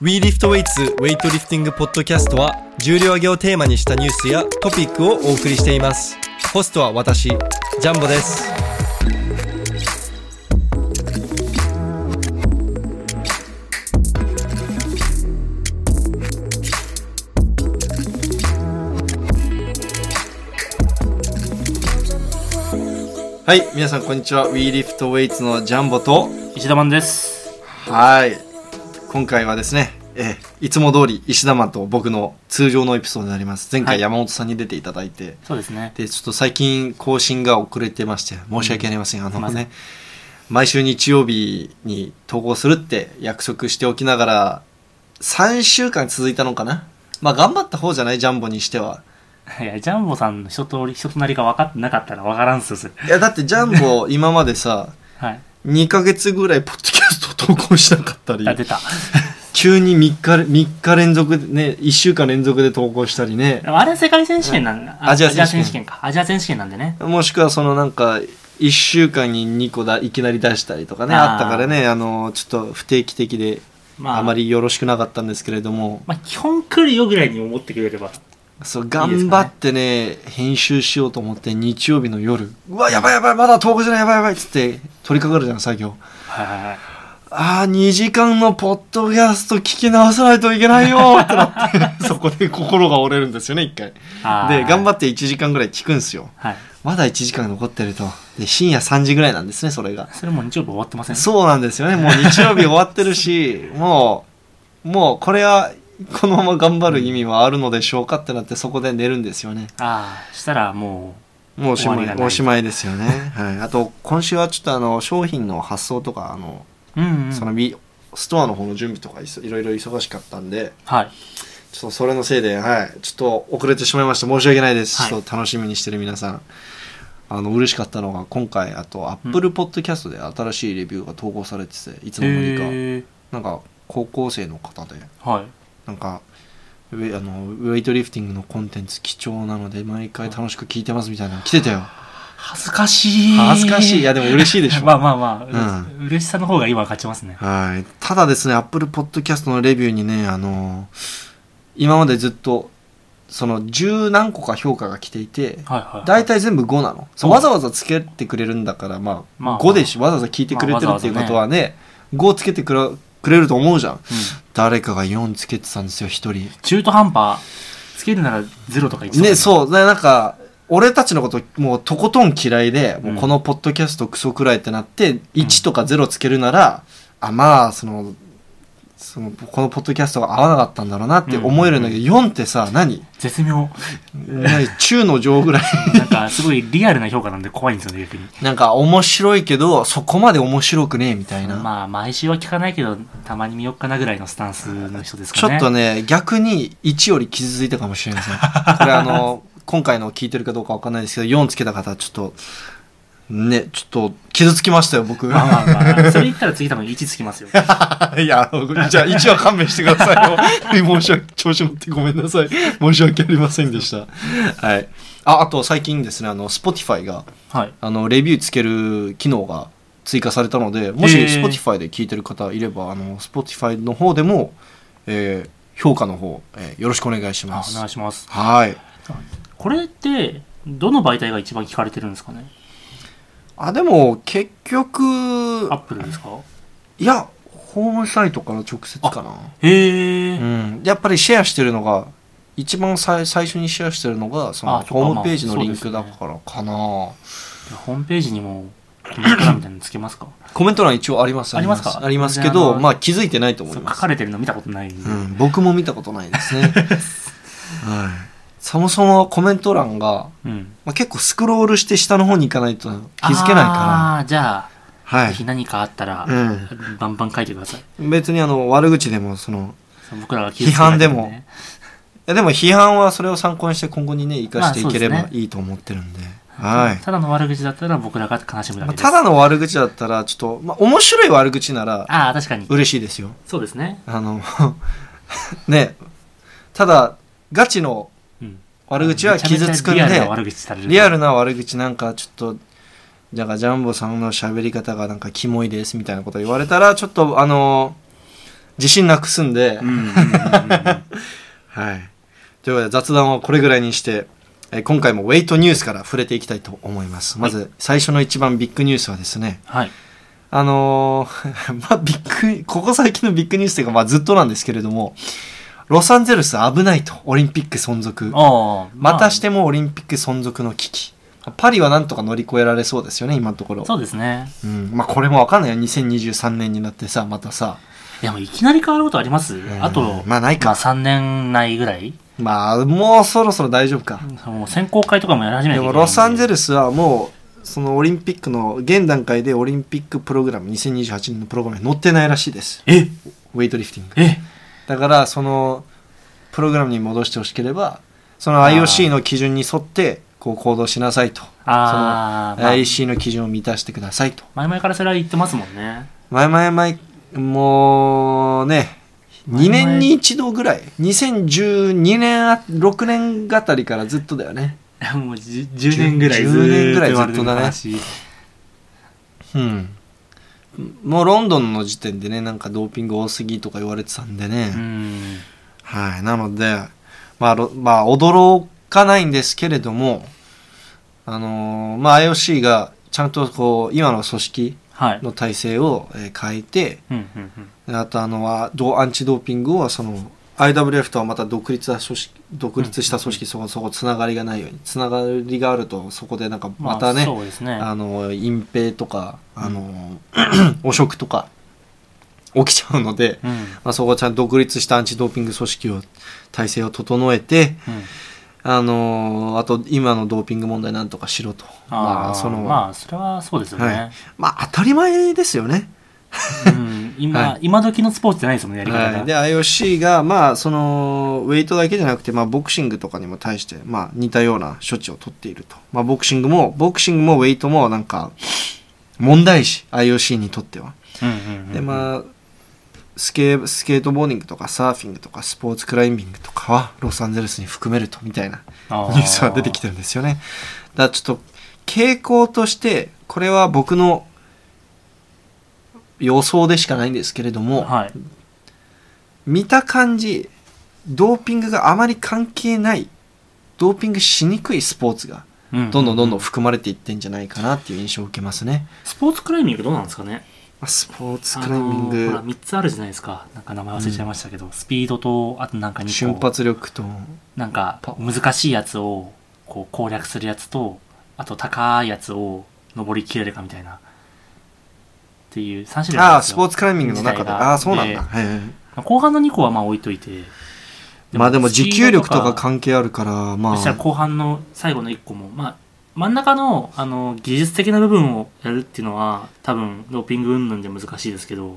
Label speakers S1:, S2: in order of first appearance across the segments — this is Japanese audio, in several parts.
S1: We Lift Weights ウェイトリフティングポッドキャストは重量挙げをテーマにしたニュースやトピックをお送りしていますホストは私ジャンボですはい皆さんこんにちは We Lift Weights のジャンボと
S2: 石田マンです。
S1: はい今回はですねえいつも通り石田マンと僕の通常のエピソードになります前
S2: は
S1: 回
S2: い
S1: 山本さんに出ていただいて、
S2: そうですね。
S1: でちょっと最近更新が遅れてまして申し訳ありません、あ
S2: すい
S1: の
S2: ませ
S1: ね
S2: ん
S1: 毎週日曜日に投稿するって約束しておきながら3週間続いたのかなまあ頑張った方じゃないジャンボにしてはい
S2: や、ジャンボさんの人とおり、人となりが分かってなかったら分からんっすよ、それ
S1: いやだってジャンボ今までさ
S2: はい。
S1: 2ヶ月ぐらいポッドキャスト投稿しなかったり
S2: あ、出た。
S1: 急に3日三日連続でね1週間連続で投稿したりね
S2: あれは世界選手権なんだ。あ
S1: アジア選手権
S2: か。アジア選手権なんでね。
S1: もしくはそのなんか1週間に2個だいきなり出したりとかね
S2: あー
S1: あったからねあのちょっと不定期的で
S2: まあ、
S1: あま。りよろしくなかったんですけれども、
S2: まあ、基本来るよぐらいに思ってくれれば。
S1: そう
S2: かね
S1: 頑張ってね編集しようと思って日曜日の夜うわやばいやばいまだ投稿じゃないやばいやばいっつって取り掛かるじゃん作業
S2: はい。
S1: ああ2時間のポッドキャスト聞き直さないといけないよーってなって そこで心が折れるんですよね一回で頑張
S2: って。
S1: って1時間ぐらい聞くんですよ
S2: はい。
S1: まだ1時間残ってるとで深夜3時ぐらいなんですねそれが
S2: それもう日曜日終わってません。
S1: そうなんですよね。もう日曜日終わってる し、もう、もうこれは、このまま頑張る意味はあるのでしょうかってなってそこで寝るんですよね。
S2: ああ、したらも
S1: もうおしま
S2: 終わりが
S1: い、
S2: ない
S1: おしまいですよね。はい。あと、今週はちょっとあの、商品の発送とか、あの、
S2: う、うん、うん。
S1: その、みストアの方の準備とかいそいろいろ忙しかったんで、
S2: はい。
S1: ちょっとそれのせいで、はい。ちょっと遅れてしまいました。申し訳ないです。
S2: はい
S1: ちょっと楽しみにしてる皆さん。あの、嬉しかったのが、今回、あと、Apple Podcast で新しいレビューが投稿されてて、いつの間にか。
S2: へー
S1: なんか高校生の方で
S2: はい。
S1: なんかウェあのウェイトリフティングのコンテンツ貴重なので毎回楽しく聞いてますみたいなの来てたよ
S2: 恥ずかしい。
S1: 恥ずかしいいやでも嬉しいでしょ
S2: まあまあまあ、
S1: う
S2: 嬉しさの方が今勝ちますね。
S1: はいただですねアップルポッドキャストのレビューにねあの今までずっとその十何個か評価が来ていて
S2: はいはいはい。
S1: 大体全部5なのそう
S2: うん
S1: わざわざつけてくれるんだからま
S2: ま
S1: あ
S2: あ
S1: 5でしわざわざ聞いてくれてる
S2: まあわ
S1: ってい
S2: ざ
S1: う
S2: わ
S1: こ
S2: ざね
S1: とはね5つけてくれくれると思うじゃん
S2: うん
S1: 誰かが4つけてたんですよ1人
S2: 中途半端つけるならゼロとか言ってたもん
S1: ね、そう、ね、なんか、俺たちのこと、もうとことん嫌いで、もううんこのポッドキャストクソくらいってなって、1とか0つけるなら、あ、まあ、その、その、このポッドキャストが合わなかったんだろうなって思えるんだけど、4ってさ、何
S2: 絶妙
S1: 何中の上ぐらい。
S2: なんかすごいリアルな評価なんで怖いんですよね逆に
S1: なんか、面白いけど、そこまで面白くねえ、みたいな。
S2: まあ毎週は聞かないけどたまに見よっかなぐらいのスタンスの人です
S1: ちょ
S2: かね
S1: っと
S2: ね
S1: ね、逆に1より傷ついたかもしれま せん。これあの、今回の聞いてるかどうかわかんないですけど、4つけた方、ちょっと、ね、ちょっと、傷つきましたよ、僕。
S2: まあまあまあそれ言ったら次多分1つきますよ
S1: いや、あのじゃあ、1は勘弁してくださいよ。申し訳、調子乗ってごめんなさい。申し訳ありませんでした。はい。あ、あと最近ですね、あの、Spotify が、
S2: はい
S1: あの、レビューつける機能が追加されたので、もし
S2: へー
S1: Spotify で聞いてる方いれば、あの、Spotify の方でも、えー評価の方、えーよろしくお願いしま
S2: あお
S1: す
S2: 願い。します
S1: はい。
S2: これってどの媒体が一番聞かれてるんですかね
S1: あ、でも、結局、
S2: アップルですか
S1: いや、ホームサイトから直接かな。
S2: へえ、
S1: うん、やっぱりシェアしてるのが一番さい最初にシェアしてるのがその
S2: あそっか
S1: ホームページの
S2: まあ
S1: リンクだからかな、
S2: ホームページにもコメント欄みたいなのつけますか
S1: コメント欄一応あります
S2: ありますか
S1: ありますけ
S2: 全然
S1: ど
S2: あの
S1: まあ気づいてないと思
S2: そ
S1: いう
S2: 書
S1: ます
S2: かれてるの見たことないんで、
S1: うん、僕も見たことない ですね、はい、そもそもコメント欄が、
S2: うん
S1: まあ、結構スクロールして下の方に行かないと気づけないから
S2: ああーじゃあ、
S1: は
S2: ぜひ
S1: い、
S2: 何かあったら、
S1: う
S2: バンバン書いてください。
S1: ん、別にあの悪口でもその
S2: そう僕らが
S1: 批判でも
S2: 気をつけないとね
S1: いやでも批判はそれを参考にして今後にね生かしていけれ
S2: まあ
S1: ば
S2: そうです
S1: いいと思ってるんで、はい
S2: ただの悪口だったら僕らが悲しむだ
S1: まあ
S2: けです。
S1: ただの悪口だったら、ちょっと、まあ、面白い悪口なら
S2: ああ、確かに。
S1: 嬉しいですよ。
S2: そうですね。
S1: あの、 ね、ただ、ガチの
S2: うん。
S1: 悪口は傷つくん
S2: めちゃめちゃリ
S1: で
S2: アルな、悪口される。
S1: リアルな悪口なんかちょっと、じゃあジャンボさんの喋り方がなんかキモいですみたいなこと言われたら、ちょっとあの、自信なくすんで、
S2: うんうんうんうん
S1: はい。ということで雑談はこれぐらいにして、えー今回もウェイトニュースから触れていきたいと思います。まず最初の一番ビッグニュースはですね、
S2: はい。
S1: あのー まあビッグ、ここ最近のビッグニュースというか、まあずっとなんですけれども、ロサンゼルス危ないと、オリンピック存続。
S2: ああ、。
S1: またしててもオリンピック存続の危機。パリはなんとか乗り越えられそうですよね、今のところ。
S2: そうですね。
S1: うん。まあこれもわかんないよ。2023年になってさ、またさ。
S2: いや、もういきなり変わることあります
S1: うん
S2: あと、
S1: まあないか
S2: まあ3年内ぐらい
S1: まあもうそろそろ大丈夫か。
S2: もう選考会とかもやり始め
S1: で
S2: て
S1: もロサンゼ
S2: ル
S1: ルスはもう、そのオリンピックの、現段階でオリンピックプログラム、2028年のプログラムに載ってないらしいです。
S2: え
S1: ウェイトリフティング。
S2: え
S1: だからそのプログラムに戻してほしければその
S2: あー
S1: IOC の基準に沿ってこう行動しなさいと
S2: ああ、
S1: そ
S2: ま
S1: の
S2: あ
S1: IOC の基準を満たしてくださいと
S2: 前々からそれは言ってますもんね。
S1: 前々前もうね2年に一度ぐらい2012年あ6年がたりからずっとだよね
S2: もうじゅ 10, 年ぐらいずーっと
S1: 10年ぐらいずっとだね
S2: 言われてる話
S1: うんもうロンドンの時点でねなんかドーピング多すぎとか言われてたんでね、
S2: うん。
S1: はい、なので、まあ、ろまあ、驚かないんですけれども、あのーまあ、IOC がちゃんとこう今の組織
S2: はい。
S1: の体制を、えー変えて、
S2: うんうんうん。
S1: あとあのあドアンチドーピングをその IWF とはまた独立した組織独立した組織、そこそこつながりがないようにつながりがあるとそこでなんかまたね、
S2: そうですね。
S1: あの隠蔽とかあの、 汚職とか起きちゃうので、
S2: うん。うん。
S1: まあ、そこはちゃんと独立したアンチドーピング組織を体制を整えて、あのーあと今のドーピング問題なんとかしろとま
S2: あ
S1: あ
S2: あ、
S1: そ
S2: そ
S1: の、
S2: の。
S1: まあ
S2: まあ、それはそうですよ
S1: はい
S2: ね。
S1: 当たり前ですよね、
S2: うん。今、
S1: は
S2: 今時のスポーツじゃないですもんね、やり方
S1: は
S2: が。
S1: い、で IOC がまあそのウェイトだけじゃなくて、まあ、ボクシングとかにも対して、まあ、似たような処置を取っていると、まあ、ボクシングもボクシングもウェイトもなんか問題視 IOC にとっては
S2: うんうんうん、
S1: でまあスケスケートボーディングとかサーフィングとかスポーツクライミングとかはロサンゼルスに含めるとみたいな
S2: あ
S1: ニュースが出てきてるんですよねだからちょっと傾向としてこれは僕の予想でしかないんですけれども、
S2: はい。
S1: 見た感じドーピングがあまり関係ないドーピングしにくいスポーツが
S2: うん
S1: どんどんどんどん含まれていってんじゃないかなっていう印象を受けますね、
S2: スポーツクライミングどうなんですかね
S1: まあスポーツクライミン
S2: あのー
S1: グ、
S2: ほら3つあるじゃないですかなんか名前忘れちゃいましたけど、スピードとあとなんか2個
S1: 瞬発力と
S2: なんか難しいやつをこう攻略するやつとあと高いやつを登りきれるかみたいなっていう3種類
S1: あ
S2: る
S1: あ
S2: んです
S1: ス
S2: よ
S1: ポーツクライミングの中で
S2: 時代
S1: あ
S2: が
S1: あーそうなん
S2: で
S1: だ、はいはいはい
S2: まあ後半の2個はまあ置いといて
S1: まあでも持久力とか
S2: スピード
S1: 関係あるからま
S2: そしたら
S1: あ
S2: 後半の最後の1個もまあ真ん中のあの技術的な部分をやるっていうのは多分ドーピング云々で難しいですけど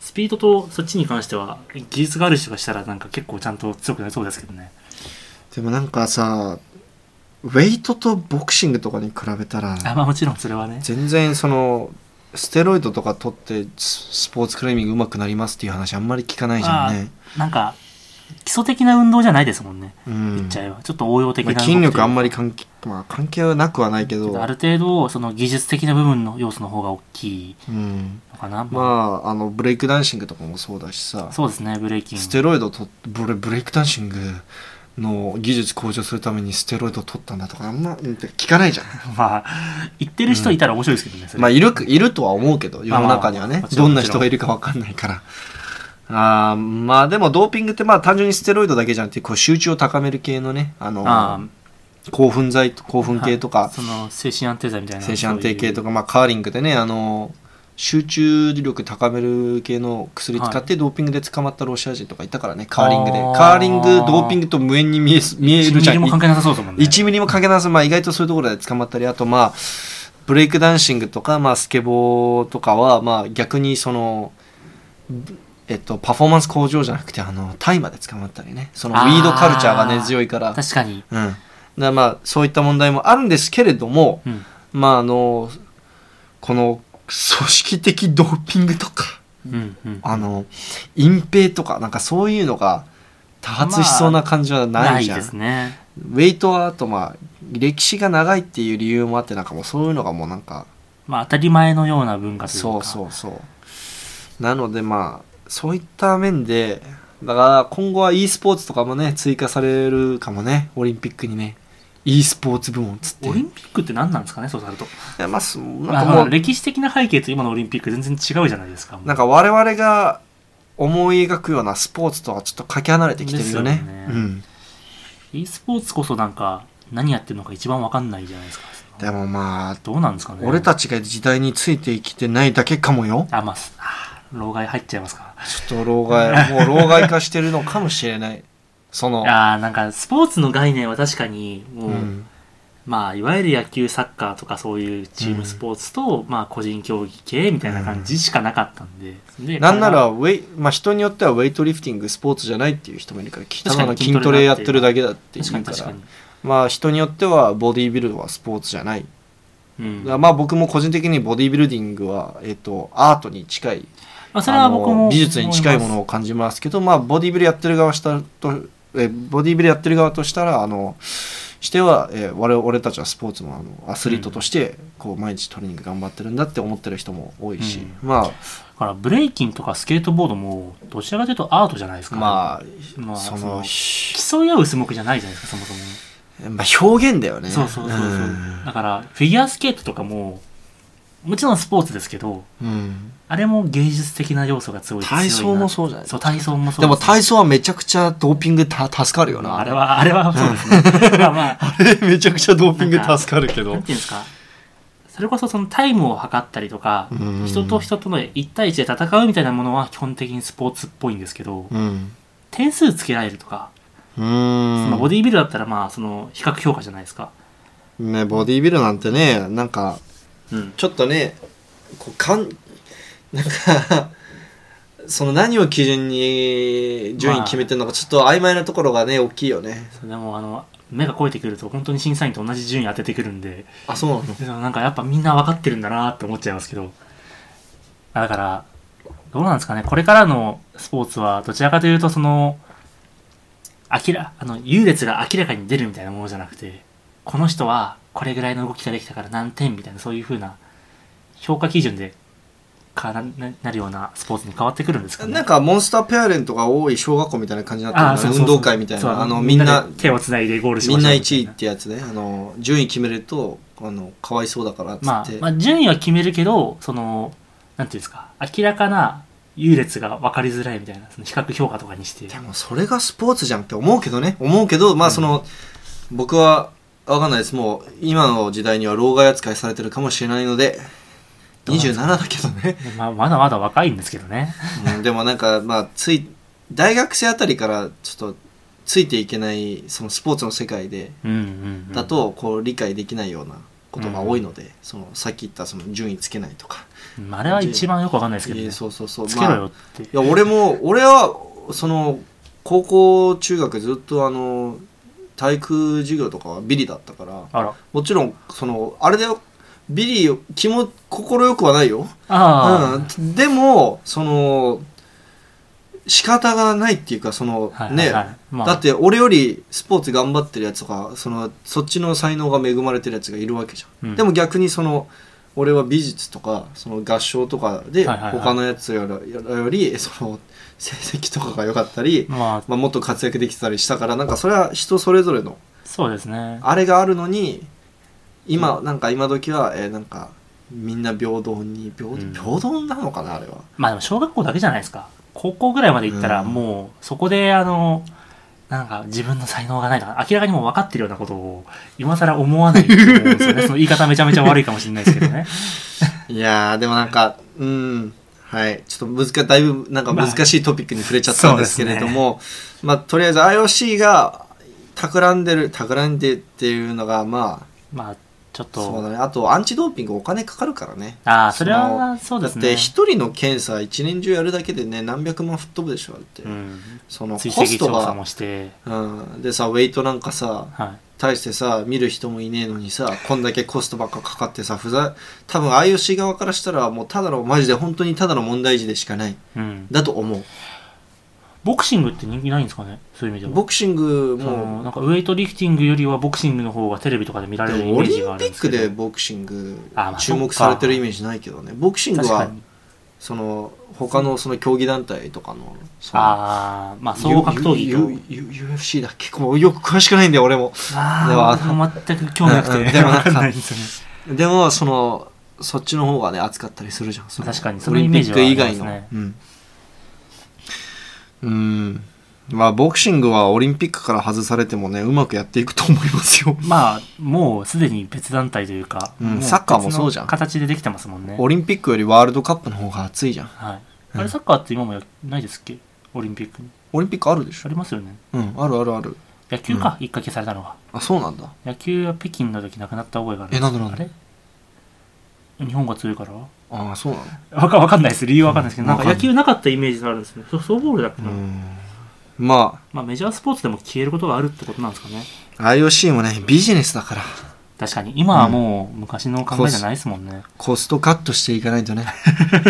S2: スピードとそっちに関しては技術がある人がしたらなんか結構ちゃんと強くなりそうですけどね
S1: でもなんかさウェイトとボクシングとかに比べたら
S2: あまあもちろんそれはね
S1: 全然そのステロイドとか取ってススポーツクライミング上手くなりますっていう話あんまり聞かないじゃんね、
S2: なんか基礎的な運動じゃないですもんね、
S1: うん
S2: 言っちゃえばちょっと応用的
S1: ま
S2: な
S1: あ、筋力あんま
S2: り
S1: り関係,、まあ、関係はなくはないけど
S2: ある程度その技術的な部分の要素の方が大きい
S1: うん、
S2: のかな、ま
S1: まああのブレイクダンシングとかもそうだしさ
S2: あ、そうですねブレイキン
S1: ス
S2: グ
S1: テロイドとブレブレイクダンシングの技術向上するためにステロイド取ったんだとかあんまうんって聞かないじ ゃん
S2: まあ言ってる人いたら面白いですけどね、それ
S1: まあいるいるとは思うけど世の中にはね、
S2: まあまあ
S1: どんな人がいるか分かんないからあーまあでもドーピングってまあ単純にステロイドだけじゃなくてこう集中を高める系のねあの
S2: ああ
S1: 興奮剤興奮系とか、
S2: その精神安定剤みたいな
S1: 精神安定系と
S2: か
S1: か、まあ、カーリングでねあの集中力高める系の薬使ってドーピングで捕まったロシア人とかいたからね、カーリングで
S2: あー
S1: カーリングドーピングと無縁に見えす見えるじゃん
S2: も関係なさそうですもんね
S1: 1ミリもかけなさまあ、意外とそういうところで捕まったりあとまあブレイクダンシングとか、まあ、スケボーとかは、まあ、逆にその、えっと、パフォーマンス向上じゃなくてあの大麻で捕まったりねそのウィードカルチャーが根強いから,、うん、だか
S2: 確かに、
S1: らまあそういった問題もあるんですけれども
S2: うん、
S1: まああのこの組織的ドーピングとか
S2: うんうん
S1: あの隠蔽とかなんかそういうのが多発しそうな感じはないじゃん、
S2: ですね
S1: ウェイトはあとまあ歴史が長いっていう理由もあってなんかもうそういうのがもうなんか
S2: まあ当たり前のような文化というか
S1: そうそうそうなのでまあそういった面で、だから今後は e スポーツとかもね、追加されるかもね、オリンピックにね。e スポーツ部門っつって。
S2: オリンピックって何なんですかね、そうなると。
S1: いやまあ、そうな
S2: ま
S1: ん
S2: あ
S1: かもう、
S2: 歴史的な背景と今のオリンピック全然違うじゃないですか。もう
S1: なんか我々が思い描くようなスポーツとはちょっとかけ離れてきてるよね。
S2: ですよね
S1: うん。
S2: e スポーツこそなんか何やってるのか一番わかんないじゃないですか。
S1: でもまあ、
S2: どうなんですかね。
S1: 俺たちが時代についてきてないだけかもよ。
S2: あ、まあす、あー老害入っちゃいますか。
S1: ちょっと老害、もう老害化してるのかもしれ ない。その、
S2: ああ、なんかスポーツの概念は確かに、も
S1: う
S2: う、
S1: ん。
S2: まあ、いわゆる野球、サッカーとかそういうチームスポーツと、まあ、個人競技系みたいな感じしかなかったんで。で
S1: なんなら、
S2: こ
S1: ウェイ、まあ人によってはウェイトリフティングスポーツじゃないっていう人もいるから、た
S2: 確
S1: だ
S2: か
S1: の
S2: に
S1: 筋トレやってるだけだって
S2: れ
S1: いう
S2: が確かに
S1: か
S2: 確からに。
S1: まあ人によってはボディービルドはスポーツじゃない。
S2: うん。
S1: だからまあ僕も個人的にボディービルディングは、えっと、アートに近い
S2: まあ、それは僕
S1: あ
S2: も
S1: の美術に近いものを感じますけど、まあ、ボディビルやってる側したとえボディビルやってる側としたらあのしては、えー我々俺たちはスポーツのあのアスリートとしてこう毎日トレーニング頑張ってるんだって思ってる人も多いし、ま
S2: だからブレイキンとかスケートボードもどちらかというとアートじゃないです
S1: あ
S2: か、
S1: まあ、
S2: まあ
S1: そ
S2: そ
S1: の
S2: の競い合う種目じゃないじゃないですかそもそも、
S1: まあ、表現だよね
S2: そうそうそうそう
S1: うん
S2: だからフィギュアスケートとかももちろんスポーツですけど
S1: うん
S2: あれも芸術的な要素がすごい強いな
S1: 体操もそうじゃない
S2: そう体操もそう
S1: でも体
S2: 操
S1: 操はめちゃくちゃドーピングた助かるよな
S2: あれはあれはそうですねまあまあ
S1: めちゃくちゃドーピング助かるけ
S2: な
S1: ど
S2: んていうんですかそれこそそのタイムを測ったりとか
S1: うん
S2: 人と人との一対一で戦うみたいなものは基本的にスポーツっぽいんですけど
S1: うん
S2: 点数つけられるとか
S1: うん
S2: そのボディービルだったらまあその比較評価じゃないですか、
S1: ね、ボディービルなんてねなんか
S2: うん、
S1: ちょっとねこうかん なんかその何を基準に順位決めてるのかちょっと曖昧なところがね大きいよね
S2: でもあの目が肥えてくると本当に審査員と同じ順位当ててくるんで
S1: あそうなの
S2: でそのなんかやっぱみんな分かってるんだなって思っちゃいますけどあだからどうなんですかねこれからのスポーツはどちらかというとその明らあの優劣が明らかに出るみたいなものじゃなくてこの人はこれぐらいの動きができたから何点みたいなそういうふうな評価基準でかなななるようなスポーツに変わってくるんですかね
S1: なんかモンスターペアレントが多い小学校みたいな感じにな
S2: ああ
S1: ってる
S2: そう
S1: の
S2: そうそう
S1: 運動会みたい
S2: そう
S1: なあのみんな
S2: で手をつないでゴールし
S1: み
S2: ま
S1: ん
S2: しょ
S1: な
S2: う
S1: 1位
S2: み
S1: ってやつねあの順位決めるとあのかわいそうだからっつって、
S2: たいなまあ、まあ順位は決めるけどそのなんていうんですか明らかな優劣が分かりづらいみたいなその比較評価とかにして
S1: でもそれがスポーツじゃんって思うけどね思うけどまあその、僕は分かんないですもう今の時代には老害扱いされてるかもしれないので
S2: どうなんです
S1: 27
S2: か
S1: だけどね、
S2: まあまだまだ若いんですけどね
S1: うんでもなんかまあつい大学生あたりからちょっとついていけないそのスポーツの世界で
S2: うんうん、うん、
S1: だとこう理解できないようなことが多いので、そのさっき言ったその順位つけないとか、
S2: まああれは一番よく分かんないですけど、
S1: えー
S2: ね、
S1: そうそうそう
S2: つけろ
S1: まあ
S2: よって、
S1: いや俺も俺はその高校中学ずっとあの体育授業とかはビリだったから
S2: あ、ら
S1: もちろんそのあれだよビリを気も快くはないよ、
S2: ああ、
S1: うん、でもその仕方がないっていうかその、
S2: はいは
S1: ね、
S2: いはいまあ、
S1: だって俺よりスポーツ頑張ってるやつとかそのそっちの才能が恵まれてるやつがいるわけじゃん
S2: うん
S1: でも逆にその俺は美術とかその合唱とかで
S2: はいはいはい
S1: 他のやつより,、よりその成績とかが良かったり、
S2: まあ
S1: まあ、もっと活躍できてたりしたからなんかそれは人それぞれの
S2: そうですね
S1: あれがあるのに今なんか今時は、えーなんかみんな平等に平等
S2: うん
S1: 平等なのかなあれは。
S2: まあでも小学校だけじゃないですか高校ぐらいまで行ったら
S1: うん
S2: もうそこであのなんか自分の才能がないとか明らかにもう分かってるようなことを今更思わないと思うんで すよねその言い方めちゃめちゃ悪いかもしれないですけどね
S1: いやーでもなんかうんはいちょっと難しいだいぶなんか難しいトピックに触れちゃったんですけれども、まあとりあえず IOC が企んでる企んでっていうのがまあ
S2: まあちょっ
S1: そうだ
S2: と
S1: ねあとアンチドーピングお金かかるからね
S2: ああそれはそう
S1: だ
S2: で
S1: っ
S2: す
S1: て
S2: ね
S1: 一人の検査一年中やるだけでね何百万吹っ飛ぶでしょだって、
S2: うん
S1: そのコ
S2: 追跡
S1: スト
S2: 調査
S1: が、
S2: もして
S1: うん、でさウェイトなんかさ
S2: は
S1: 対してさ見る人もいねえのにさこんだけコストばっかかかってさふざ多分 IOC 側からしたらもうただのマジで本当にただの問題児でしかない
S2: い、うん、
S1: だと思う
S2: ボクシングって人気ないんですかねそういう意味では
S1: ボクシング
S2: その
S1: も
S2: なんかウエイトリフティングよりはボクシングの方がテレビとかで見られ
S1: で
S2: る
S1: も
S2: イメ
S1: オ
S2: ー
S1: リン
S2: ジがある
S1: ピ
S2: んで
S1: ッ
S2: す
S1: ク
S2: けど
S1: でボクシング
S2: あまあ
S1: 注目されてるイメージないけどねボクシング
S2: 確か
S1: は
S2: に
S1: その他のその競技団体とかのその
S2: ああ、まあ、総合格闘技と。
S1: U- U- U- UFC だっけこうよく詳しくないんだよ俺もで
S2: あ
S1: は
S2: あ、もう全く興味なく
S1: うんう
S2: て。
S1: んでもな
S2: わ
S1: んか
S2: かんないんですよね。
S1: でもそのそっちの方がね熱かったりするじゃんその
S2: 確かにそ
S1: オ
S2: の
S1: リ
S2: イ
S1: ン
S2: メ
S1: ピ
S2: ージ
S1: ッ
S2: はあ
S1: ク
S2: り
S1: 以
S2: ま
S1: 外
S2: す
S1: の
S2: ね
S1: うんうんまあボクシングはオリンピックから外されてもねうまくやっていくと思いますよ
S2: まあ、もうすでに別団体というか、
S1: うん
S2: う
S1: サッカーもそうじゃん
S2: 別の形でできてますもんね。
S1: オリンピックよりワールドカップの方が熱いじゃん
S2: はい。
S1: うん
S2: あれ、サッカーって今もやないですっけオリンピックに。
S1: オリンピックあるでし
S2: あ
S1: ょ
S2: りますよね。
S1: うんあるあるある
S2: 野球か、一回消されたのが。
S1: あそうなんだ
S2: 野球は北京の時なくなった覚えがある
S1: えなんでなんで
S2: あれ日本が強いから
S1: ああそうなの
S2: わかわかんないです理由はわかんないですけど、
S1: うん
S2: なんか野球なかったイメージがあるんですねソフトボールだっけ
S1: う
S2: な、
S1: んま
S2: まあメジャースポーツでも消えることがあるってことなんですかね
S1: あ IOC もねビジネスだから
S2: 確かに今はもう昔の考えじゃないですもんね、
S1: コストカットしていかないとねだか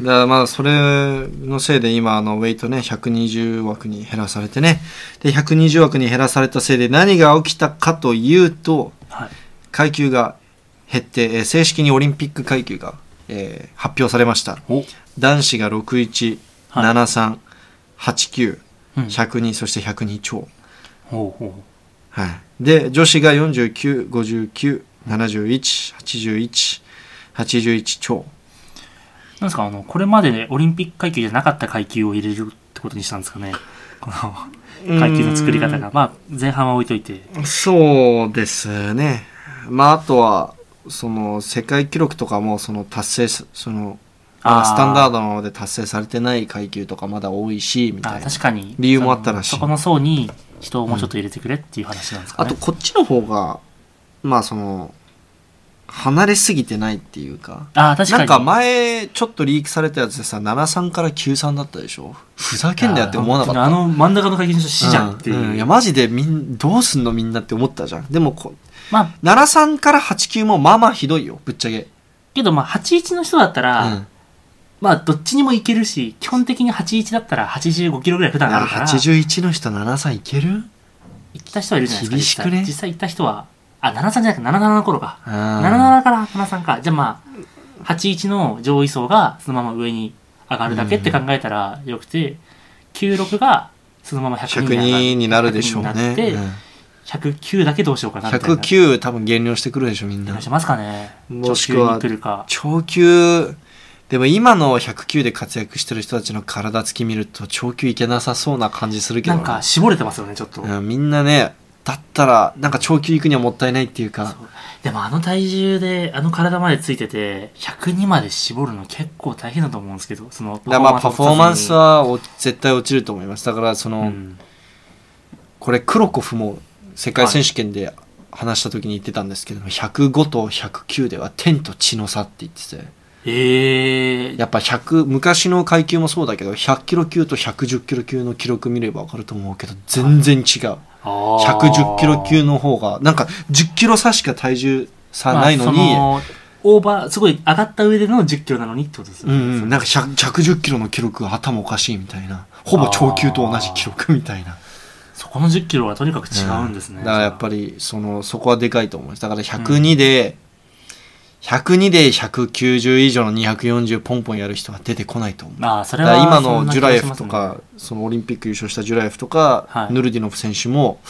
S1: らまあそれのせいで今あのウェイトね120枠に減らされてねで120枠に減らされたせいで何が起きたかというと
S2: はい、
S1: 階級が減ってえー正式にオリンピック階級が、えー発表されました
S2: お、
S1: 男子が617389、
S2: はい
S1: 7389102
S2: うん、
S1: そして102超
S2: ほうほ
S1: はい、で女子が4959718181超
S2: うなんですかあのこれまで、ね、オリンピック階級じゃなかった階級を入れるってことにしたんですかねこの階級の作り方がまあ前半は置いといて
S1: うーんそうですねまああとはその世界記録とかもその達成すその
S2: あー
S1: スタンダードなので達成されてない階級とかまだ多いしみた
S2: あ
S1: いな
S2: 確かに
S1: 理由もあったらしい
S2: そのそこの層に人をもうちょっと入れてくれっていう話なんですか
S1: あ
S2: ね、
S1: とこっちの方がまあその離れすぎてないっていうか
S2: あー確かに
S1: なんか前ちょっとリークされたやつでさ73から93だったでしょふざけんなよって思わなかった
S2: あの真ん中の会議の人死じゃんっていう、
S1: んんいやマジでみんどうすんのみんなって思ったじゃんでもこ
S2: まあ
S1: 73から89もまあまあひどいよぶっちゃけ
S2: けどまあ81の人だったら、
S1: うん
S2: まあどっちにもいけるし基本的に81だったら85キロぐらい普段あ
S1: あ
S2: るから
S1: 81の人7歳いける
S2: 行った人はいるじゃないですか
S1: 厳しくね
S2: 実際実際行った人はあ73じゃなくて77の頃か、
S1: あ
S2: 77から73かじゃあまあ81の上位層がそのまま上に上がるだけって考えたらよくて、96がそのまま100
S1: 100人
S2: 人
S1: に
S2: に
S1: な
S2: な
S1: る
S2: る
S1: でしょう
S2: 100になって、
S1: ね、
S2: 109だけどうしようか
S1: うん、
S2: なみたいな
S1: 109多分減量してくるでしょみん
S2: 減
S1: な
S2: 量しますかね
S1: もしくは
S2: 上級に来るか
S1: 長球でも今の109で活躍してる人たちの体つき見ると長球いけなさそうな感じするけどね
S2: なんか絞れてますよねちょっと、
S1: うんみんなねだったらなんか長球行くにはもったいないっていうか
S2: そうでもあの体重であの体までついてて102まで絞るの結構大変だと思うんですけどその
S1: だからまあパフォーマンス
S2: を
S1: はお絶対落ちると思いますだからその、
S2: 落とさずに、うん
S1: これクロコフも世界選手権で話した時に言ってたんですけども105と109では天と地の差って言ってて
S2: ええ
S1: やっぱ100昔の階級もそうだけど100キロ級と110キロ級の記録見れば分かると思うけど全然違う110
S2: 110
S1: キロ級の方がなんか10キロ差しか体重差ないのに、
S2: オーバーすごい上がった上での10キロなのにってことですよ
S1: う
S2: ね、
S1: んうん、なんか100 110キロの記録が頭おかしいみたいなほぼ超級と同じ記録みたいな
S2: そこの10キロはとにかく違うんですね、
S1: だからやっぱりそのそこはでかいと思いますだから102で、102で190以上の240ポンポンやる人は出てこないと思う
S2: まあそれ
S1: だから
S2: は
S1: 今
S2: そん
S1: の
S2: な
S1: ジ
S2: 気
S1: ュラ
S2: が
S1: エ
S2: しま
S1: フ
S2: す
S1: と
S2: ね
S1: か、そのオリンピック優勝したジュラエフとか、
S2: はい
S1: ヌルディノフ選手も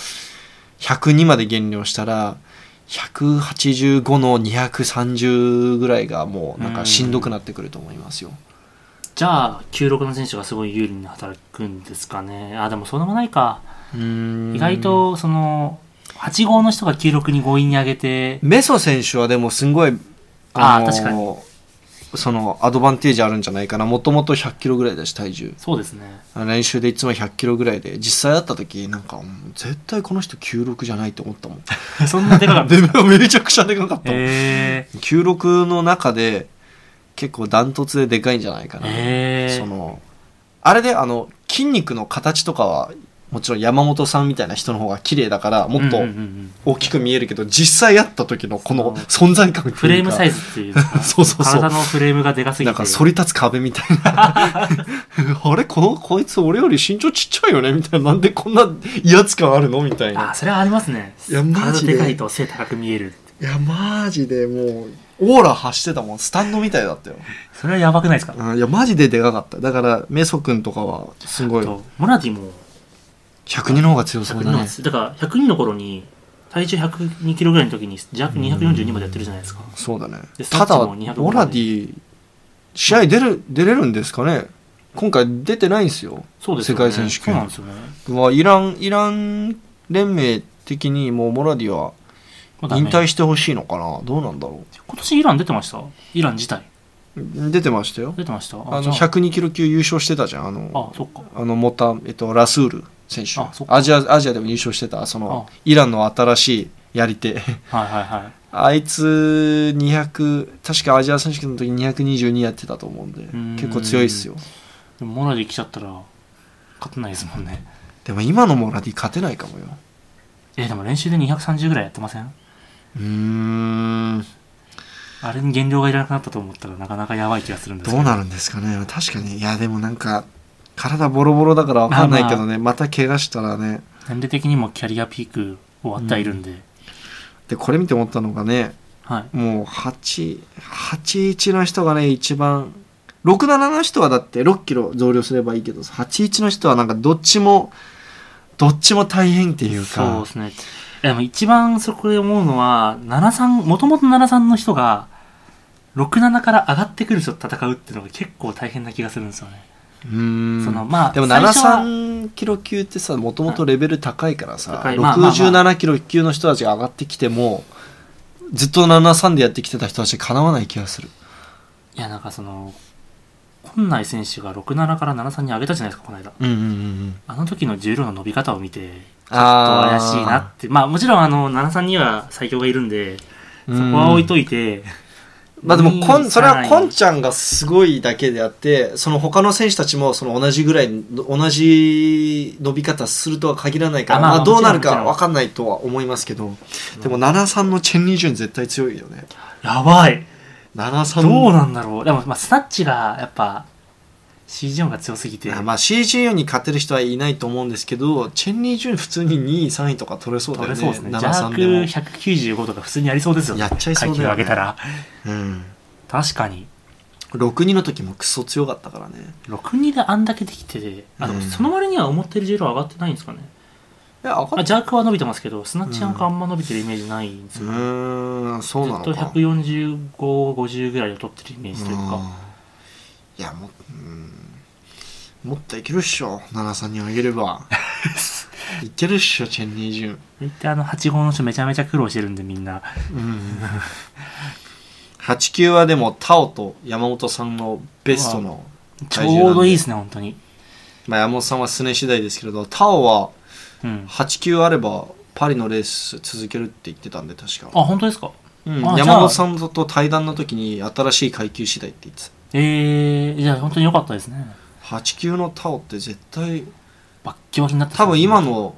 S1: 102まで減量したら185の230ぐらいがもうなんかしんどくなってくると思いますよ。
S2: じゃあ96の選手がすごい有利に働くんですかねあでもそうでもないか
S1: 意
S2: 意外とその8号の人が96に強引に上げて
S1: メソ選手はでもすごい
S2: あー
S1: のー
S2: 確か
S1: そのアドバンテージあるんじゃないかなもともと1 0 0キロぐらいだし体重
S2: そうですね
S1: 練習でいつも1 0 0キロぐらいで実際会った時なんかうん絶対この人96じゃないと思ったもん
S2: そんなでかかった
S1: でめちゃくちゃでかかったもん、
S2: え
S1: 96の中で結構ダントツででかいんじゃないか
S2: ー、
S1: な、
S2: えー、
S1: そのあれであの筋肉の形とかはもちろん山本さんみたいな人の方が綺麗だからもっと
S2: うんうんうんうん
S1: 大きく見えるけど、実際会った時のこの存在感っていうか
S2: フレームサイズっていうのかな
S1: そうそうそう
S2: 体のフレームがでかすぎて
S1: なんか反り立つ壁みたいな あれこのこいつ俺より身長ちっちゃいよねみたいななんでこんな威圧感あるのみたい
S2: あ
S1: な
S2: それはありますね
S1: いやマジで
S2: 体でかいと背高く見える
S1: いやマジでもうオーラ発してたもんスタンドみたいだったよ、
S2: それはやばくないですか、
S1: うん、いやマジででかかっただからメソ君とかはすごい
S2: とモラティも
S1: 102の方が強
S2: 100
S1: そう
S2: 人
S1: だ
S2: なん
S1: ね
S2: ですだから102の頃に体重102キロぐらいの時に弱242までやってるじゃないですか、
S1: そうだね
S2: で
S1: ただ
S2: スタッツも200
S1: オラディ試合出る出れるんですかね今回出てないんですよ
S2: そうですよね
S1: 世界選手権
S2: そうなんですよね、
S1: まあ、イラン、イラン連盟的にもうモラディは
S2: まあダメ
S1: 引退してほしいのかなどうなんだろ
S2: 今年イラン出てましたイラン自体
S1: う出てましたよ。
S2: 出てました
S1: あ
S2: じ
S1: の、
S2: ゃ
S1: 102キロ級優勝してたじゃん。あの、
S2: あそっか
S1: あの、モタ、えっと、ラスール選手
S2: あそっ。か
S1: アジア、アジアでも優勝してた、その、イランの新しいやり手。
S2: はいはいはい
S1: あいつ、200、確かアジア選手権の時222やってたと思うんで、
S2: ん
S1: 結構強いっすよ。
S2: でもモラディ来ちゃったら勝てないですもんね
S1: でも今のモラディ勝てないかもよ。
S2: えでも練習で230ぐらいやってません
S1: うーん、
S2: あれに減量がいらなくなったと思ったらなかなかやばい気がするんですけ
S1: どうなるんですかね確かにいやでもなんか体ボロボロだからわかんないけどね、また怪我したらね
S2: 年齢的にもキャリアピーク終わってはいるんで、
S1: でこれ見て思ったのがね
S2: はい
S1: もう881の人がね一番67の人はだって6キロ増量すればいいけど81の人はなんかどっちもどっちも大変っていう
S2: そう
S1: か
S2: ですねでも一番そこで思うのは73もともと73の人が67から上がってくる人と戦うっていうのが結構大変な気がするんですよね、
S1: うーん
S2: そのまあ
S1: でも
S2: 最初は
S1: 73キロ級ってさもともとレベル高いからさ、
S2: 高いまあまあまあ
S1: 67キロ級の人たちが上がってきてもずっと73でやってきてた人たちにかなわない気がする
S2: いやなんかその本内選手が67から73に上げたじゃないですかこの間
S1: うんうんうん
S2: あの時の重量の伸び方を見てちょっと
S1: あー
S2: 怪しいなってまあもちろんあの73には最強がいるんでそこは置いといて、
S1: まあでもこ
S2: 2
S1: んそれは
S2: 3
S1: こんちゃんがすごいだけであってその他の選手たちもその同じぐらい同じ伸び方するとは限らないから
S2: あまあ
S1: まあどうなる
S2: もち
S1: か
S2: ろんもちろん
S1: 分かんないとは思いますけどでも73のチェン・リージュン絶対強いよね
S2: やばい
S1: 73
S2: どう
S1: の
S2: なんだろうでも、まあ、スナッチがやっぱ CG 音が強すぎて、
S1: あまあ CGU に勝てる人はいないと思うんですけどチェン・リージュン普通に2位3位とか取れそうだ
S2: 取
S1: よ
S2: れ
S1: ね
S2: そうですねジャー
S1: 73
S2: ク
S1: でも
S2: 195とか普通にありそうですよね
S1: やっちゃいそうだよね
S2: 階級上げたら
S1: うん
S2: 確かに
S1: 62の時もクソ強かったからね
S2: 62であんだけできててあでも
S1: うん
S2: その割には思ってる重量上がってないんですかね、
S1: いや分か
S2: あ
S1: っ
S2: ジャークは伸びてますけどスナッチなんかあんま伸びてるイメージないんです
S1: う
S2: よ、
S1: ーんそう
S2: ず
S1: な
S2: っ
S1: の
S2: と
S1: か
S2: 14550ぐらいを取ってるイメージというか
S1: うんいやも,、うん、もっといけるっしょ奈々さんにあげれ ばいけるっしょチェン・ニージュン、
S2: 大体あの8号の人めちゃめちゃ苦労してるんでみんな
S1: うん、89はでもタオと山本さんのベストの、
S2: ち
S1: 体重なんで
S2: ょうどいいですね本当に
S1: まあ、山本さんはすね次第ですけれどタオは
S2: うん
S1: 89あればパリのレース続けるって言ってたんで確か、
S2: あ本当ですか
S1: うん
S2: あじゃあ
S1: 山本さんと対談の時に新しい階級次第って言ってた
S2: えー、じゃあ本当に良かったですね
S1: 89のタオって絶対
S2: バッキバキになってた
S1: 多分今の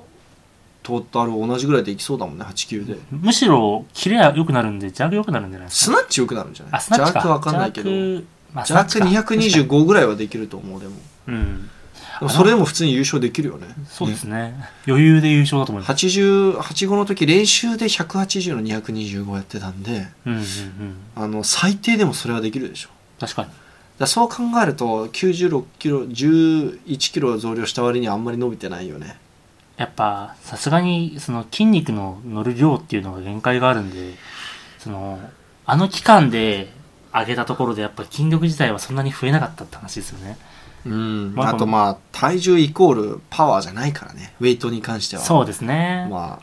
S1: トータル同じぐらいでいきそうだもんね89で
S2: むしろキレは良くなるんでジャーク良くなるんじゃないです
S1: ス
S2: か
S1: ナッチ良くなるんじゃない
S2: あスナッチか
S1: ジャークわかんないけど
S2: ジ
S1: ジ
S2: ャーク,、まあ、
S1: ャーク
S2: 220
S1: 225ぐらいはできると思うでも
S2: うん
S1: でもそれでも普通に優勝できるよね
S2: そうですね余裕で優勝だと思います
S1: 88後の時練習で180の225やってたんで
S2: うんうんうん
S1: あの最低でもそれはできるでしょ
S2: 確かに
S1: だからそう考えると96キロ11キロ増量した割にはあんまり伸びてないよね
S2: やっぱさすがにその筋肉の乗る量っていうのが限界があるんでそのあの期間で上げたところでやっぱ筋力自体はそんなに増えなかったって話ですよね
S1: うん
S2: まあ
S1: あとまあ体重イコールパワーじゃないからねウェイトに関しては
S2: そうですね、
S1: ま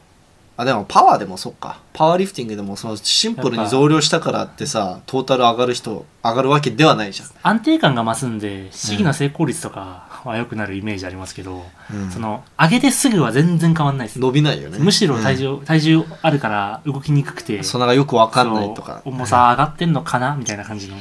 S1: あ、あでもパワーでもそっかパワーリフティングでもそのシンプルに増量したからってさトータル上がる人上がるわけではないじゃ
S2: 安定感が増すんで試技の成功率とかは良くなるイメージありますけど、
S1: ん、
S2: その上げてすぐは全然変わんないです
S1: 伸びないよね
S2: むしろ体重、体重あるから動きにくくて
S1: うんそんながよくわかんないとか、
S2: そう重さ上がってんのかなみたいな感じの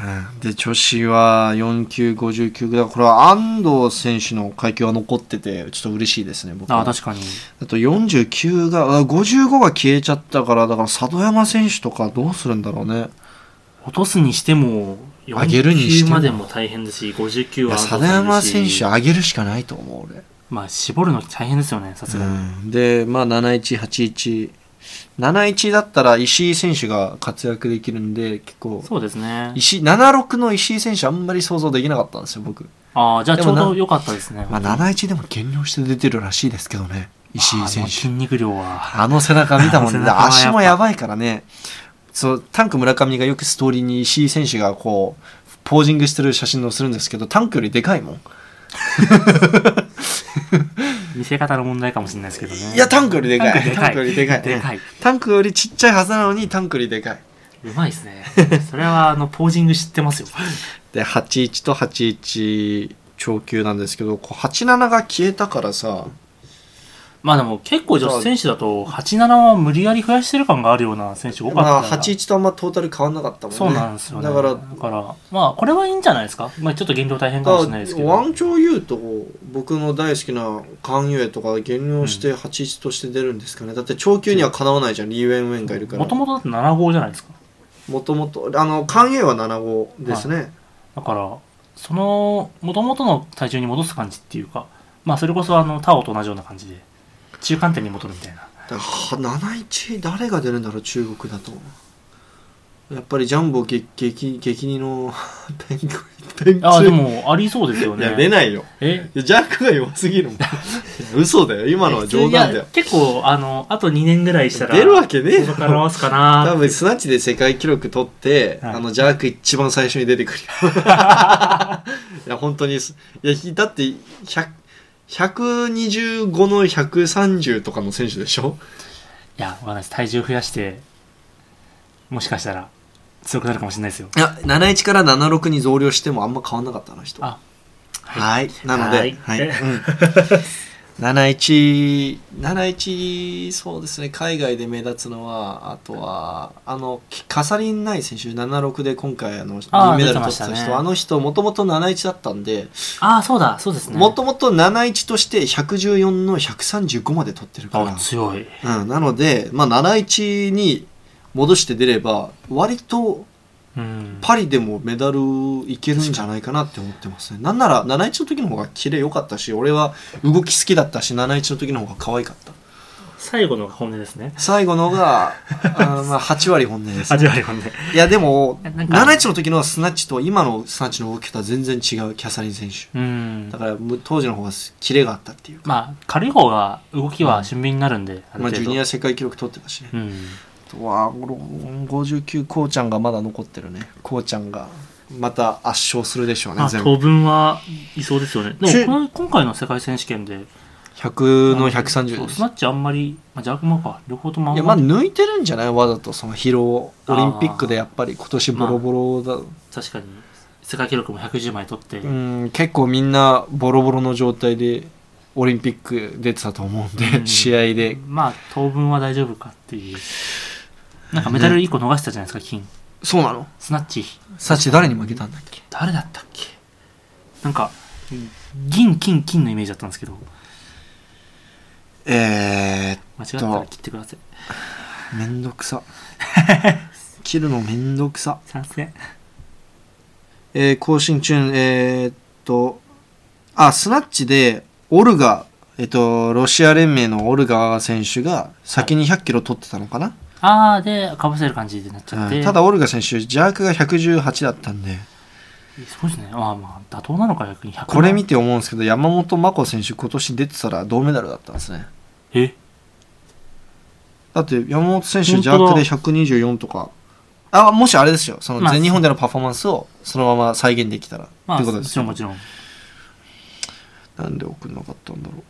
S1: うんで女子は4級59級だからこれは安藤選手の階級は残っててちょっと嬉しいですね僕は
S2: あ確かに
S1: あと49があ55が消えちゃったからだから里山選手とかどうするんだろうね
S2: 落とすにしても
S1: 上げるにして
S2: 49
S1: も
S2: までも大変ですし59
S1: い
S2: は
S1: や
S2: 当
S1: 里
S2: 然
S1: 山
S2: ですし
S1: 選手上げるしかないと思う俺
S2: まあ絞るの大変ですよねさすがに、
S1: うんでまあ7181 7-1だったら石井選手が活躍できるんで、結構、
S2: そうですね。
S1: 石井7-6の石井選手あんまり想像できなかったんですよ、僕。
S2: ああ、じゃあ
S1: で
S2: ち
S1: も
S2: ょう
S1: な
S2: ど良かったですね。
S1: まあ、7-1でも減量して出てるらしいですけどね、石井
S2: あー
S1: 選
S2: もう
S1: 手
S2: 筋。肉量は。
S1: あの背中見たもん
S2: あ
S1: ね。
S2: の背中はやっぱ
S1: 足もやばいからね。そう、タンク村上がよくストーリーに石井選手がこう、ポージングしてる写真載せるんですけど、タンクよりでかいもん。
S2: 見せ方の問題かもしれないですけどね。
S1: いや、タンクよりでかい。タン
S2: タン
S1: ク
S2: ク
S1: より
S2: より
S1: で
S2: で
S1: かい。
S2: でかい。
S1: タンクよりちっちゃいはずなのに、タンクよりでかい。
S2: うまいですね。それは、あの、ポージング知ってますよ。
S1: で、81と81超級なんですけど、こう87が消えたからさ、
S2: まあでも、結構女子選手だと、87は無理やり増やしてる感があるような選手多かった
S1: まあ
S2: な
S1: 81とあんまトータル変わんなかったもんね。
S2: そうなんですよね。
S1: だから、
S2: まあ、これはいいんじゃないですか。まあ、ちょっと減量大変かもしれないですけど。
S1: ワンチョウユーと僕の大好きなカンユエとか減量して81として出るんですかね、だって長級にはかなわないじゃんリー・ウェンウェンがいるから
S2: もともとだって7号じゃないですか。
S1: もともとあのカンユエは7号ですね、
S2: だから、その、もともとの体重に戻す感じっていうか、まあ、それこそ、あの、タオと同じような感じで、中間点に戻るみたいな。
S1: だからは71誰が出るんだろう中国だとやっぱりジャンボ激激激似の ペンクペンク
S2: ああ、でも、ありそうですよ
S1: いや出
S2: ね。
S1: ないよ
S2: え
S1: いやジャックが弱す ぎるもんいや嘘だよ今のは冗談だよ
S2: いや結構、あの、あと2年ぐらいしたら、
S1: 出るわけねえだ
S2: 他
S1: ろ
S2: の合わすかな
S1: 多分スナッチで世界記録取って、
S2: はい
S1: あのジャーク一番最初に出てくるよ いや本当にすいやひだって100 125の130とかの選手でしょ
S2: いや、わかんないです。体重増やして、もしかしたら、強くなるかもしれないですよ。
S1: いや71から76に増量してもあんま変わんなかったあの人
S2: あ
S1: はい、なので、は
S2: はいい
S1: うん 71, 71そうですね海外で目立つのはあとはあのカサリン・ナイ選手76で今回あの
S2: あー
S1: 銀メダル取ってた
S2: 出てまし
S1: 人
S2: たね
S1: あの人もともと71だったんで
S2: ああ、そうだ、そうですね。
S1: もともと71として114の135まで取ってるか
S2: あ
S1: ら、
S2: 強い。
S1: うん、なので、まあ、71に戻して出れば割と
S2: うん。
S1: パリでもメダルいけるんじゃないかなって思ってますね。なんなら71の時の方が綺麗良かったし、俺は動き好きだったし、71の時の方が可愛かった。
S2: 最後のが本音ですね。
S1: 最後の が、あーまあ8割本音です、
S2: 味わい本音。
S1: いやでも、
S2: なんか
S1: 71の時のスナッチと今のスナッチの動き方は全然違う、キャサリン選手。
S2: うん
S1: だ。からむ当時の方がキレがあったっていうか、
S2: まあ、軽い方が動きは俊敏になるんで、ある
S1: まあ
S2: 程
S1: ジ
S2: 度
S1: ュニア世界記録取ってたしね。
S2: うん。
S1: あとは俺59、こうちゃんがまだ残ってるね。こうちゃんがまた圧勝するでしょうね
S2: まあ、、
S1: 全部
S2: 当分はいそうですよね。
S1: ちゅ
S2: でも、この今回の世界選手権で、
S1: 100の
S2: そ
S1: 130
S2: う
S1: です
S2: スナッチあんまり、まあ、ジャークマか、両方ともあ
S1: いや
S2: ん
S1: ま
S2: ま
S1: あ抜
S2: り、
S1: いてるんじゃないわざとその疲労をオリンピックでやっぱり今年ボロボロだ、
S2: 確かに、世界記録も110枚取って、
S1: うん結構みんなボロボロの状態でオリンピック出てたと思うんで、
S2: うん
S1: 試合で
S2: まあ、当分は大丈夫かっていう。なんかメダル1個逃したじゃないですか、金。
S1: そうなの
S2: スナッチ、
S1: サチ誰に負けたんだっけ
S2: 誰だったっけなんか、銀、金、金のイメージだったんですけど、
S1: え
S2: 間違ったら切ってください。
S1: ー、めんどく さ切るのめんどくさ
S2: 賛成。
S1: えー更新中、えーっと、あ、スナッチで、オルガ、えっと、ロシア連盟のオルガ選手が先に100キロ取ってたのかな、
S2: ああ、で、かぶせる感じになっちゃっ
S1: う
S2: て。
S1: んただ、オルガ選手、ジャークが118だったんで、
S2: そうですね。ああ、まあ、妥当なのか、逆に100
S1: これ見て思うんですけど、山本真子選手、今年出てたら銅メダルだったんですね。
S2: え
S1: だって、山本選手、ジ
S2: 本当
S1: ャ
S2: だ
S1: ークで124とか、あ、もしあれですよ、その
S2: まあ
S1: 全日本でのパフォーマンスをそのまま再現できたら、
S2: ま
S1: っ
S2: あ、
S1: てこと
S2: も
S1: です
S2: ちろ
S1: よ
S2: ん、もちろん。
S1: なんで送んなかったんだろう。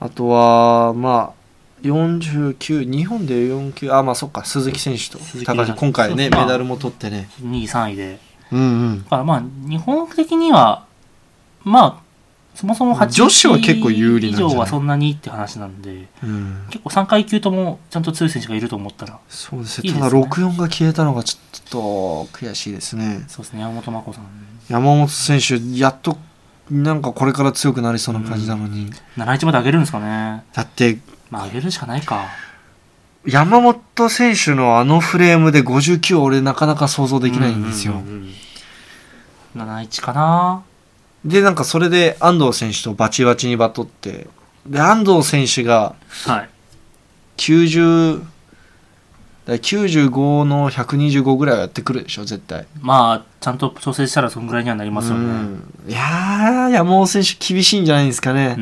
S1: あとは、まあ、49、日本で49、あ、まあそっか、鈴木選手と
S2: 鈴木
S1: 高橋、今回ね、メ
S2: そう
S1: ダルも取ってね。
S2: 2位、3位で。
S1: うんうん
S2: だ。から、まあ、日本的には、まあ、そもそも8
S1: 女子は結構有利なんじゃない
S2: 以上はそんなにって話なんで、
S1: うん、
S2: 結構3階級ともちゃんと強い選手がいると思ったら、
S1: そうです
S2: い
S1: ね。
S2: いです
S1: た
S2: ね
S1: だ、64が消えたのがちょっと悔しいですね。
S2: そうですね、山本真子さん。
S1: 山本選手、やっと、なんかこれから強くなりそうな感じなのに。
S2: 71まで上げるんですかね。
S1: だって、
S2: まあ、上げるしかないか。
S1: 山本選手のあのフレームで59は俺なかなか想像できないんですよ。
S2: うううんうん71かな。
S1: で、なんかそれで安藤選手とバチバチにバトって、で、安藤選手が
S2: はい。
S1: 90だから95の125ぐらいはやってくるでしょ絶対
S2: まあ、ちゃんと調整したらそんぐらいにはなりますよね。うん
S1: うんいやー山本選手厳しいんじゃないですかね、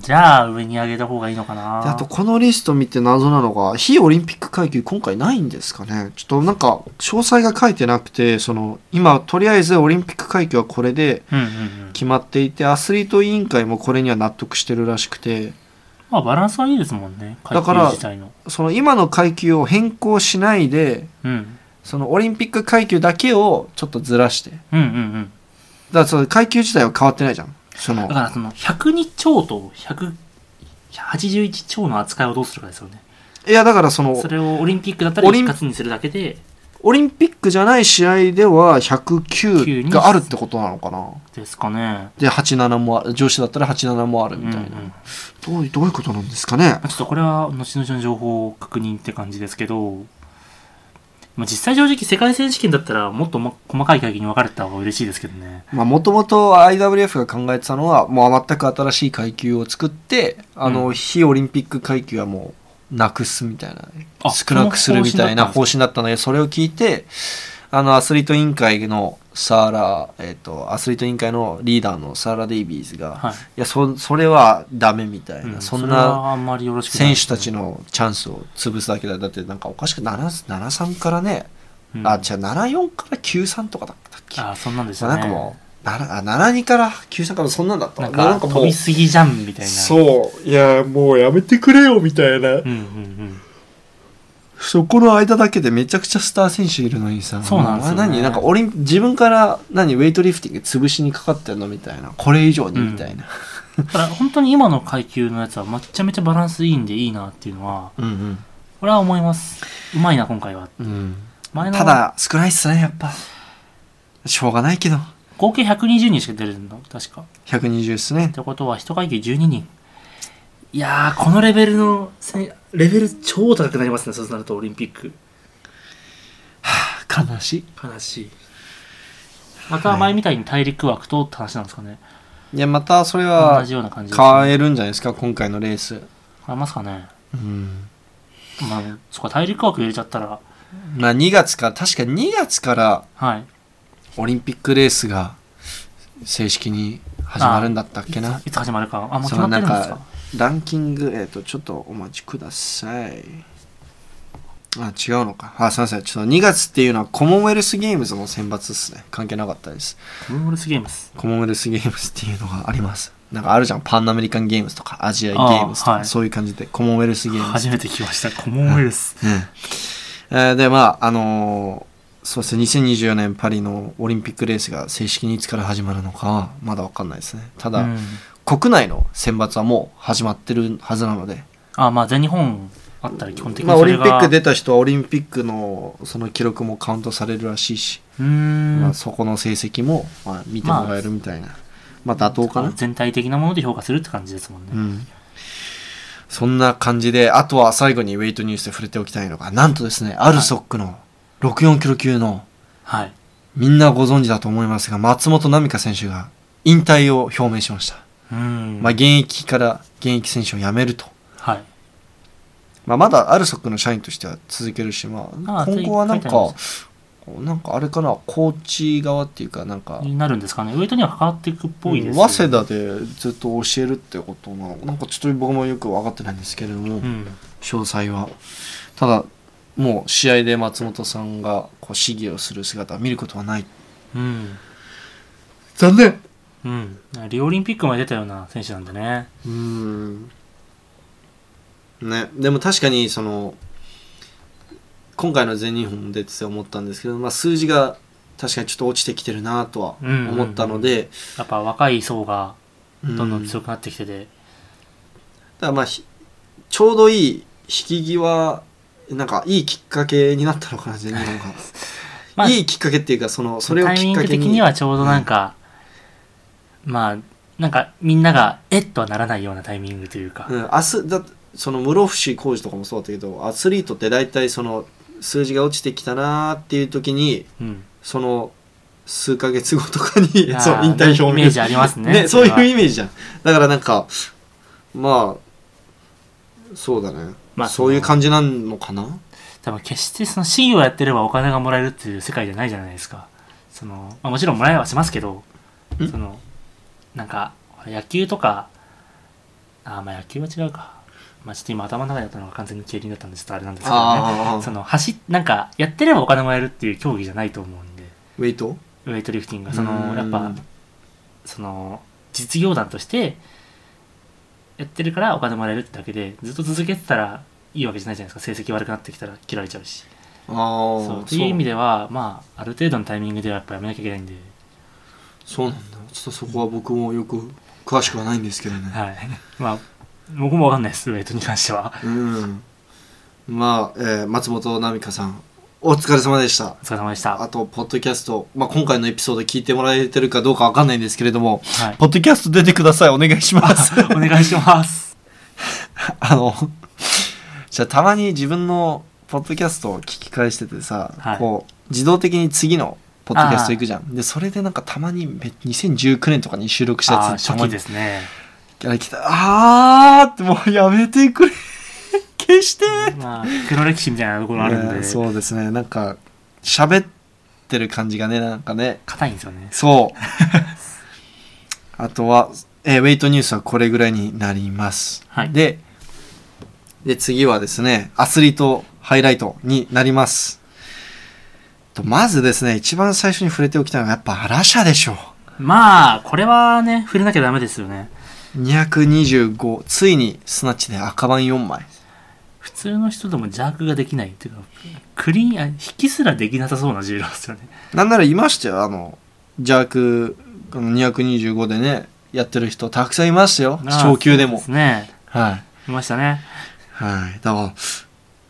S2: じゃあ、上に上げた方がいいのかな。
S1: であとこのリスト見て謎なのが非オリンピック階級今回ないんですかねちょっとなんか詳細が書いてなくてその今とりあえずオリンピック階級はこれで
S2: うんうんうん。
S1: 決まっていてアスリート委員会もこれには納得してるらしくて
S2: まあ、バランスはいいですもんね。階
S1: だ
S2: 級
S1: から
S2: 自体の。
S1: その今の階級を変更しないで
S2: うん。うん
S1: そのオリンピック階級だけをちょっとずらしてだか
S2: うんうん。
S1: らその階級自体は変わってないじゃんその
S2: だから、その、102超と100 181超の扱いをどうするかですよね。
S1: いやだからその
S2: それをオリンピックだったら
S1: オリン
S2: 一括にするだけで、
S1: オリンピックじゃない試合では
S2: 9
S1: 109
S2: に
S1: があるってことなのかな
S2: ですかね。
S1: で87もある女子だったら87もある
S2: うん
S1: みたいな、
S2: うん
S1: どういどういうことなんですかね
S2: まあちょっとこれは後々の情報を確認って感じですけど、まあ、実際正直世界選手権だったらもっとも細かい会議に分かれた方が嬉しいですけどね。
S1: まあもともと IWF が考えてたのはもう全く新しい階級を作ってあの、
S2: うん
S1: 非オリンピック階級はもうなくすみたいな
S2: あ
S1: 少なくするみたいな
S2: そ
S1: 方
S2: の
S1: 針だったのでそれを聞いてあのアスリート委員会のサーラ、えっとアスリート委員会のリーダーのサーラ・デイビーズが、
S2: はい。
S1: いやそそれはダメみたいな、
S2: うん
S1: そん
S2: れ
S1: な
S2: はあんまりよろしくない
S1: 選手たちのチャンスを潰すだけだだってなんかおかしく7 73からね、
S2: うん
S1: あじゃあ74から93とかだったっけ
S2: あそんなんです
S1: ま
S2: よ
S1: あな
S2: ね。
S1: んかもう7あ72から93からそんなんだった
S2: なん
S1: もう
S2: か飛びすぎじゃんみたいな。う。
S1: そういやもうやめてくれよみたいな
S2: うんうん
S1: そこの間だけでめちゃくちゃスター選手いるのにさ
S2: そうなんですよね
S1: お前何なんかオリン自分から何ウェイトリフティング潰しにかかってんのみたいなこれ以上にみたいな、
S2: うん。だから本当に今の階級のやつはめちゃめちゃバランスいいんでいいなっていうのは、
S1: うん、うん
S2: これは思います。うまいな今回は。
S1: うん
S2: 前の
S1: ただ少ないっすねやっぱしょうがないけど
S2: 合計120人しか出るんだ、確か。
S1: 120っすね
S2: ってことは一階級12人いやーこのレベルのせレベル超高くなりますねそうなるとオリンピック
S1: 悲しい
S2: 悲しいまた前みたいに大陸枠とって話なんですかね、
S1: いやまたそれ
S2: 同
S1: は
S2: じような感じですね
S1: 変えるんじゃないですか今回のレース
S2: 変えますかね
S1: うん
S2: まあそこ大陸枠入れちゃったら
S1: まあ2月から確か2月から
S2: はい
S1: オリンピックレースが正式に始まるんだったっけない
S2: つ始まるかあもう
S1: そ
S2: 決
S1: の
S2: まって
S1: なん
S2: るんですか
S1: かランキングえっ、とちょっとお待ちくださいあ違うのかあすいませんちょっと2月っていうのはコモンウェルスゲームズの選抜ですね関係なかったです
S2: コモンウェルスゲームス
S1: コモンウェルスゲームズっていうのがありますなんかあるじゃんパンアメリカンゲームズとかアジアゲームズとか、
S2: あーはい
S1: そういう感じでコモンウェルスゲームズ
S2: 初めて聞きましたコモンウェ ルス
S1: えーでまああのーそうですね2024年パリのオリンピックレースが正式にいつから始まるのかはまだ分かんないですねただ、
S2: うん
S1: 国内の選抜はもう始まってるはずなので、
S2: あまあ全日本あったら基本的
S1: まあ、
S2: にそ
S1: オリン
S2: れ
S1: ピ
S2: が、
S1: ック出た人はオリンピックのその記録もカウントされるらしいし、
S2: うーん、
S1: まあ、そこの成績も、まあ、見てもらえるみたいな、まあ、妥当かな、
S2: 全体的なもので評価するって感じですもんね、
S1: うんそんな感じであとは最後にウェイトニュースで触れておきたいのがなんとですねアルソックの64キロ級の、
S2: はい
S1: みんなご存知だと思いますが、松本奈美香選手が引退を表明しました。
S2: うん
S1: まあ、現役から現役選手を辞めると。
S2: はい
S1: まあ、まだアルソックの社員としては続けるし、まあ、
S2: ああ
S1: 今後はなん
S2: そう書い
S1: か
S2: て、
S1: なんかあれかな、コーチ側っていうか、なんか、
S2: になるんですかね。ウェイトには関わっていくっぽいです、
S1: 早稲田。でずっと教えるってことなのかなんかちょっと僕もよく分かってないんですけれども、
S2: うん。
S1: 詳細は。ただ、もう試合で松本さんがこう試技をする姿は見ることはない。
S2: うん。
S1: 残念
S2: うん。リオオリンピックまで出たような選手なんでね。
S1: うーんね、でも確かにその今回の全日本でって思ったんですけど、まあ、数字が確かにちょっと落ちてきてるなとは
S2: うん
S1: 思ったので、
S2: やっぱ若い層が
S1: う
S2: どんどん
S1: だ
S2: 強くなってきてて。
S1: からまあひちょうどいい引き際なんかいいきっかけになったのかな全日本が、
S2: まあ
S1: いいきっかけっていうかそのそれを
S2: タイ
S1: き
S2: ミ
S1: っ
S2: ン
S1: か
S2: グ
S1: け
S2: 的
S1: に
S2: にはちょうどなんか、まあ、なんかみんなが、えっとはならないようなタイミングというか。
S1: うん、明日だその室伏浩二とかもそうだったけどアスリートって大体その数字が落ちてきたなーっていう時に
S2: うん。
S1: その数ヶ月後とかに
S2: いやー
S1: そう引退表明
S2: イメージありますね
S1: ねそ
S2: そうれ
S1: い
S2: は
S1: うイメージじゃんだからなんかまあそうだね
S2: まあ
S1: そういう感じなのかな
S2: 多分決してその市議をやってればお金がもらえるっていう世界じゃないじゃないですかその、まあ、もちろんもらえはしますけど
S1: ん
S2: そのなんか野球とかあーまあ野球は違うか、まあ、ちょっと今頭の中にあったのが完全に競輪だったんでちょっとあれなんですけどね
S1: あ
S2: そ
S1: あ
S2: の走っなんかやってればお金もらえるっていう競技じゃないと思うんで
S1: ウェイト
S2: ウェイトリフティングが
S1: うん
S2: そのやっぱその実業団としてやってるからお金もらえるってだけでずっと続けてたらいいわけじゃないじゃないですか成績悪くなってきたら切られちゃうし
S1: ああ
S2: そうと
S1: そ
S2: いう意味
S1: う
S2: ではまあある程度のタイミングではやっぱやめなきゃいけないんで
S1: そうなんだちょっとそこは僕もよく詳しくはないんですけどね
S2: はいまあ僕もわかんないですウェイトに関しては
S1: うんまあ、えー松本奈美香さんお疲れ様でした
S2: お疲れ様でした
S1: あ
S2: は
S1: とポッドキャスト、まあ、今回のエピソード聞いてもらえてるかどうかわかんないんですけれども
S2: い
S1: ポッドキャスト出てくださいお願いします
S2: お願いします
S1: あのじゃあたまに自分のポッドキャストを聞き返しててさ、
S2: はい
S1: こう自動的に次のポッドキャスト行くじゃんでそれでなんかたまにめ2019年とかに収録した
S2: あ
S1: や
S2: ー
S1: つた
S2: 初
S1: ま
S2: 期
S1: に
S2: ですね
S1: あれ来たあーってもうやめてくれ 消して
S2: まあ黒歴史みたいなところあるん
S1: ね
S2: で
S1: そうですねなんか喋ってる感じがねなんかね
S2: 硬いんですよね
S1: そう あとは、えーウェイトニュースはこれぐらいになります、
S2: はい
S1: でで次はですねアスリートハイライトになりますとまずですね一番最初に触れておきたいのはやっぱラシャでしょう
S2: まあこれはね触れなきゃダメですよね
S1: 225ついにスナッチで赤番4枚
S2: 普通の人でも邪悪ができないっていうかクリーンあ引きすらできなさそうな重量ですよね
S1: なんならいましたよあのジャークあの225でねやってる人たくさんいましたよ
S2: あ ー
S1: 昇級でも
S2: そうすね
S1: はい
S2: いましたね
S1: はい。だから、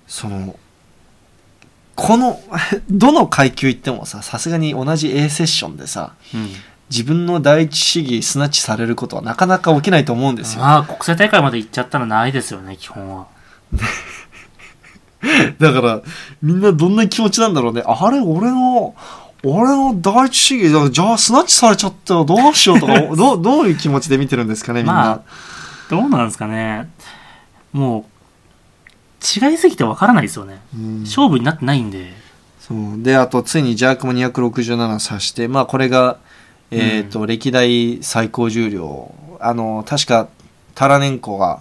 S1: その、この、 どの階級行ってもさ、さすがに同じ A セッションでさ、
S2: うん
S1: 自分の第一試技スナッチされることはなかなか起きないと思うんですよ。
S2: まあ国際大会まで行っちゃったらないですよね基本は
S1: だから、みんなどんな気持ちなんだろうね。あれ、俺の、俺の第一試技、だからじゃあスナッチされちゃったらどうしようと か、どうどういう気持ちで見てるんですかね、みんな。
S2: まどうなんですかねもう違いすぎてわからないですよね、
S1: うん
S2: 勝負になってないんで
S1: そうであとついにジャークも267指してまあこれが、えーと歴代最高重量あの確かタラネンコが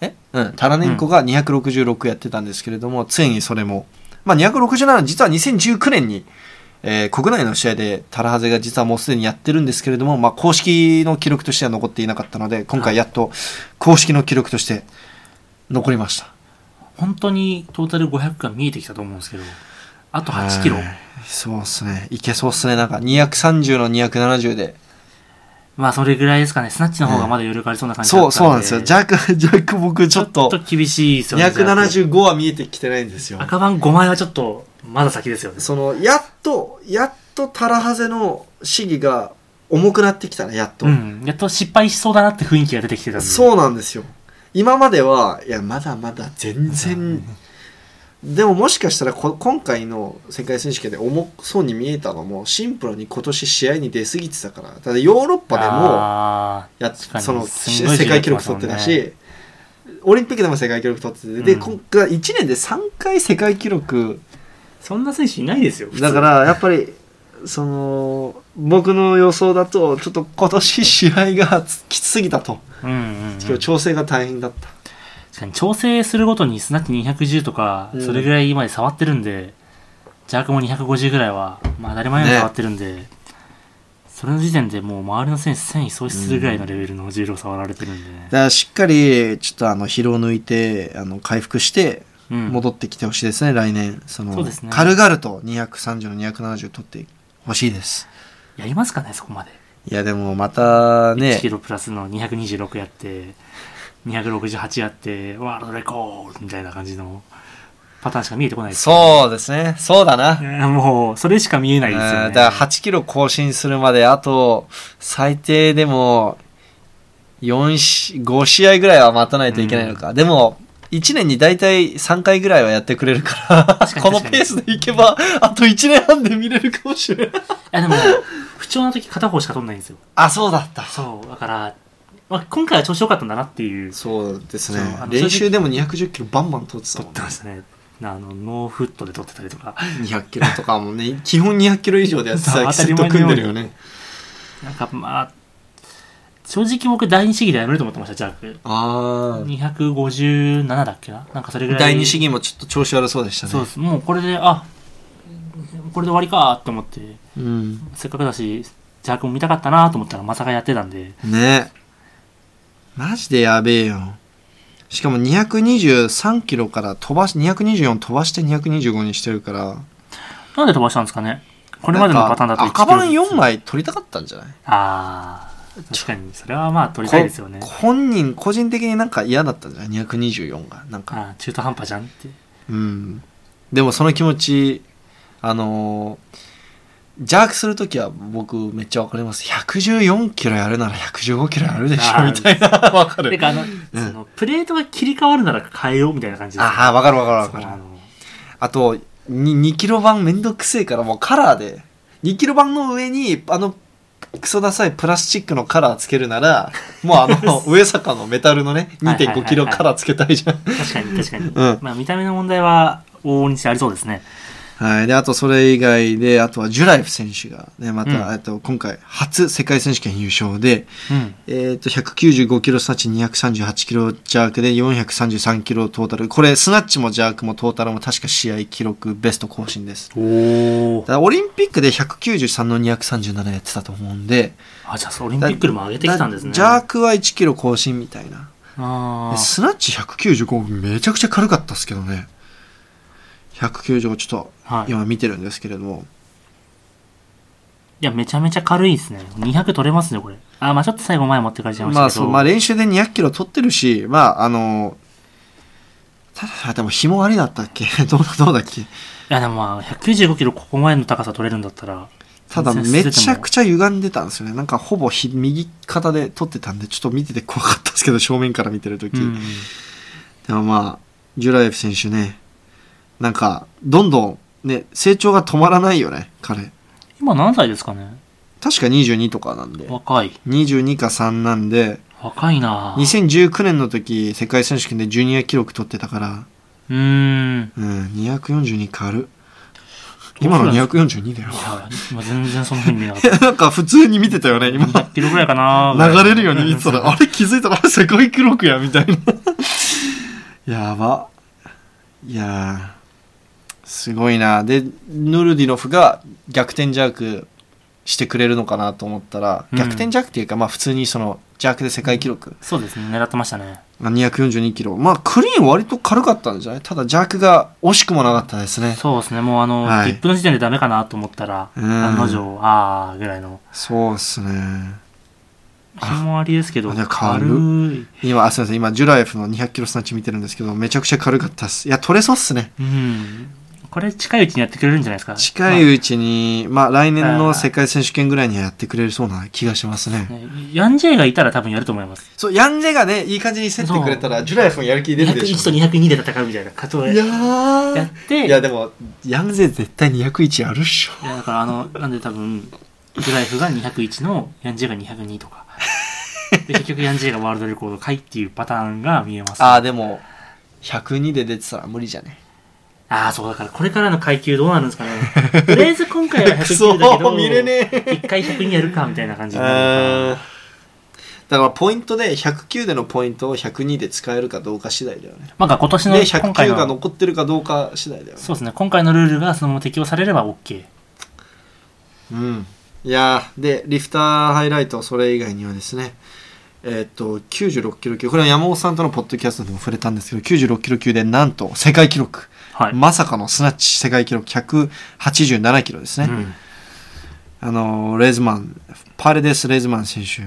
S1: えうんタラネンコが266やってたんですけれども、ついにそれも、まあ、267実は2019年に、えー国内の試合でタラハゼが実はもうすでにやってるんですけれども、まあ、公式の記録としては残っていなかったので今回やっと公式の記録として残りました。
S2: 本当にトータル500が見えてきたと思うんですけどあと8キロ、
S1: はいそうっすねいけそうっすねなんか230の270で
S2: まあそれぐらいですかねスナッチの方がまだ余力ありそうな感じだった
S1: そうそうなんですよジャ ックジャック僕ちょっと
S2: ちょっと厳しいですよね
S1: 275は見えてきてないんですよ
S2: 赤番5枚はちょっとまだ先ですよね
S1: そのやっとやっとタラハゼの試技が重くなってきたねやっと、
S2: うんやっと失敗しそうだなって雰囲気が出てきてたんでう
S1: そうなんですよ今まではいやまだまだ全然でももしかしたらこ今回の世界選手権で重そうに見えたのもシンプルに今年試合に出過ぎてたからだってヨーロッパでも
S2: あ
S1: や
S2: 確かに
S1: その
S2: すんごい
S1: 世界記録取ってた
S2: 重
S1: し、オリンピックでも世界記録取ってて、で
S2: うん
S1: 今回1年で3回世界記録
S2: ーそんな選手いないですよ
S1: だからやっぱりその僕の予想だとちょっと今年試合がつきつすぎたと
S2: うんうん、うん、
S1: 今日
S2: 確
S1: 調整が大変だった、
S2: かに調整するごとにスナッチ210とか、
S1: うん
S2: それぐらいまで触ってるんでジャークも250ぐらいは、まあ、当たり前に
S1: ね
S2: 触ってるんで、それの時点でもう周りの選手戦意喪失するぐらいのレベルの重量触られてるんでね
S1: だ、からしっかりちょっとあの疲労抜いてあの回復して
S2: うん
S1: 戻ってきてほしいですね、来年その
S2: そうですね
S1: 軽々と230の270取ってほしいです
S2: やりますかねそこまで
S1: いやでもまたね
S2: 1キロプラスの226やって268やってワールドレコードみたいな感じのパターンしか見えてこないです
S1: そうですねそうだな、
S2: ねもうそれしか見えないですよ
S1: う
S2: ね
S1: んだから8キロ更新するまであと最低でも4し5試合ぐらいは待たないといけないのか、でも1年に大体3回ぐらいはやってくれるか
S2: 確からに
S1: この
S2: 確かに
S1: ペースでいけばあと1年半で見れるかもしれない
S2: いやでも不調な時片方しか取んないんですよ
S1: あそうだった
S2: そうだからまあ、今回は調子良かったんだなっていう
S1: そうです
S2: そう
S1: ね
S2: あの
S1: 練習でも210キロバンバン取ってた
S2: 撮
S1: も
S2: っ
S1: ん
S2: て
S1: ね
S2: ましたねあのノーフットで撮ってたりとか
S1: 200キロとかもね基本200キロ以上でやって
S2: そう
S1: た
S2: 当た
S1: セ
S2: り
S1: ット
S2: 前の
S1: 組
S2: よ
S1: ん
S2: うに
S1: でるよね
S2: なんかまあ正直僕第二試技でやめると思ってましたジャーク
S1: ああ
S2: 257だっけななんかそれぐらい
S1: 第二試技もちょっと調子悪そうでしたね
S2: そうですもうこれであこれで終わりかと思って
S1: うん
S2: せっかくだしジャークも見たかったなと思ったらまさかやってたんで
S1: ねマジでやべえよしかも223キロから飛ばし224飛ばして225にしてるから
S2: なんで飛ばしたんですかねこれまでのパターンだと
S1: なんか赤番
S2: 1
S1: 4枚取りたかったんじゃない
S2: ああ確かにそれはまあ取りたいですよね
S1: こ本人個人的になんか嫌だったんじゃない224がなんか
S2: あー中途半端じゃんって
S1: うんでもその気持ちあのージャークする時は僕めっちゃわかります114キロやるなら115キロやるでし
S2: あ
S1: ょ
S2: ー
S1: みたいなわか
S2: て
S1: る
S2: かあの,、
S1: うん
S2: そのプレートが切り替わるなら変えようみたいな感じですよね
S1: ああわかるわかるわか
S2: そうあ
S1: る
S2: の
S1: あとに2キロ版めんどくせえからもうカラーで2キロ版の上にあのクソダサいプラスチックのカラーつけるならもうあ の上坂のメタルのね2.5キロカラーつけたいじゃん
S2: 確かに確かに、
S1: うん
S2: まあ見た目の問題は往々にしてありそうですね
S1: はい。で、あとそれ以外で、あとはジュラエフ選手が、ね、ま
S2: う
S1: た、
S2: ん
S1: えっと、今回、初世界選手権優勝で、
S2: うん
S1: えっと、195キロスナッチ、238キロジャークで、433キロトータル。これ、スナッチもジャークもトータルも確か試合記録ベスト更新です。
S2: おお
S1: だからオリンピックで193の237やってたと思うんで、
S2: あじゃあそうオリンピックでも上げてきたんですね
S1: ジャークは1キロ更新みたいな。
S2: あ
S1: で
S2: ー
S1: スナッチ195、めちゃくちゃ軽かったっすけどね。195、ちょっと、
S2: はい、い
S1: 今見てるんですけれども、
S2: やめちゃめちゃ軽いですね200取れますねこれあーまあちょっと最後前持ってかれちゃいましたけど
S1: まあそう、まあ練習で200キロ取ってるし、まああの、ただあでも紐ありだったっけ どうだどうだっけ
S2: いやでもまあ195キロここまでの高さ取れるんだったら
S1: ただ
S2: 全然捨て
S1: め
S2: ても
S1: ちゃくちゃ歪んでたんですよね。なんかほぼひ右肩で取ってたんで、ちょっと見てて怖かったですけど、正面から見てるとき。
S2: うん
S1: でもまあ、ジュラエフ選手ね、なんか、どんどんね、成長が止まらないよね、彼。
S2: 今何歳ですかね
S1: 確か22とかなんで。
S2: 若い
S1: 22か3なんで、
S2: 若いなぁ
S1: 2019年の時、世界選手権でジュニア記録取ってたから、
S2: うーんい
S1: うん、242軽っ今の242だよ。
S2: やもう全然そのふうに見えなかった
S1: なんか普通に見てたよね、今。
S2: 100キロぐらいかなぁ
S1: 流れるように見て たら、あれ気づいたら、あ世界記録や、みたいな。 やば。いやー、すごいな。で、ヌルディノフが逆転ジャークしてくれるのかなと思ったら、
S2: うん
S1: 逆転ジャークっていうか、まあ普通にその、ジャークで世界記録。
S2: そうですね狙ってましたね
S1: 242キロ。まあクリーン割と軽かったんじゃないただジャークが惜しくもなかったですね。
S2: そうですね、もうあの、
S1: はい
S2: リップの時点でダメかなと思ったら、
S1: うん
S2: 案の定、あーぐらいの。
S1: そうっすね。
S2: 品もありですけど、
S1: あじゃあ
S2: 軽い。
S1: 今、あ、すみません。今、ジュラエフの200キロスナッチ見てるんですけど、めちゃくちゃ軽かったっす。いや、取れそうっすね。
S2: うん。これ近いうちにやってくれるんじゃないですか。
S1: 近
S2: ま
S1: いうちに、まあ、来年
S2: あー
S1: の世界選手権ぐらいにはやってくれるそうな気がします
S2: あ
S1: ね。
S2: ねヤンジェイがいたら多分やると思います。
S1: そう、ヤンジェがね、いい感じに競ってくれたら、ジュラエフもやる気出るでし
S2: 201と
S1: ょ。
S2: 202で戦うみたいなことを
S1: いや
S2: やっ
S1: ー。
S2: て、
S1: いや、でも、ヤンジェ絶対201やるっしょ。
S2: いやだからあの、なんで多分、グライフが201の、ヤンジェイが202とか。で、結局ヤンジェイがワールドレコード回っていうパターンが見 えます。
S1: ああ、でも、102で出てたら無理じゃね。
S2: ああ、そうだから、これからの階級どうなる んですかね。とりあえず今回は
S1: く
S2: 109だけど、
S1: 見れねえ。
S2: 一回100にやるかみたいな感じになる
S1: だ
S2: か
S1: から、ポイントで、109でのポイントを102で使えるかどうか次第だよね。
S2: らまあ今年の
S1: で
S2: 今回
S1: 109が
S2: の
S1: 残ってるかどうか次第だよね
S2: そうですね今回のルールがそのまま適用されれば OK
S1: うんいやーでリフターハイライトそれ以外にはですねえーっと96キロ級これは山本さんとのポッドキャストでも触れたんですけど96キロ級でなんと世界記録、
S2: はい、
S1: まさかのスナッチ世界記録187キロですね、
S2: うん
S1: あのーレーズマンパレデス・レーズマン選手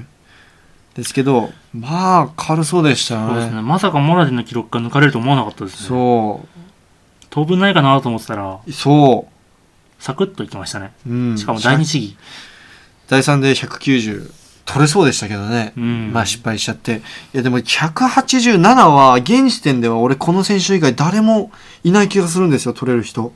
S1: ですけどまあ軽そうでした
S2: そ
S1: よ
S2: うです
S1: ね
S2: ねまさかモラディの記録が抜かれると思わなかったですね
S1: そ
S2: 当分ないかなと思ってたら
S1: うそ
S2: サクッといきましたね
S1: う、うん、
S2: しかも第二試技
S1: 第3で190取れそうでしたけどね、
S2: うん
S1: まあ失敗しちゃっていやでも187は現時点では俺この選手以外誰もいない気がするんですよ取れる人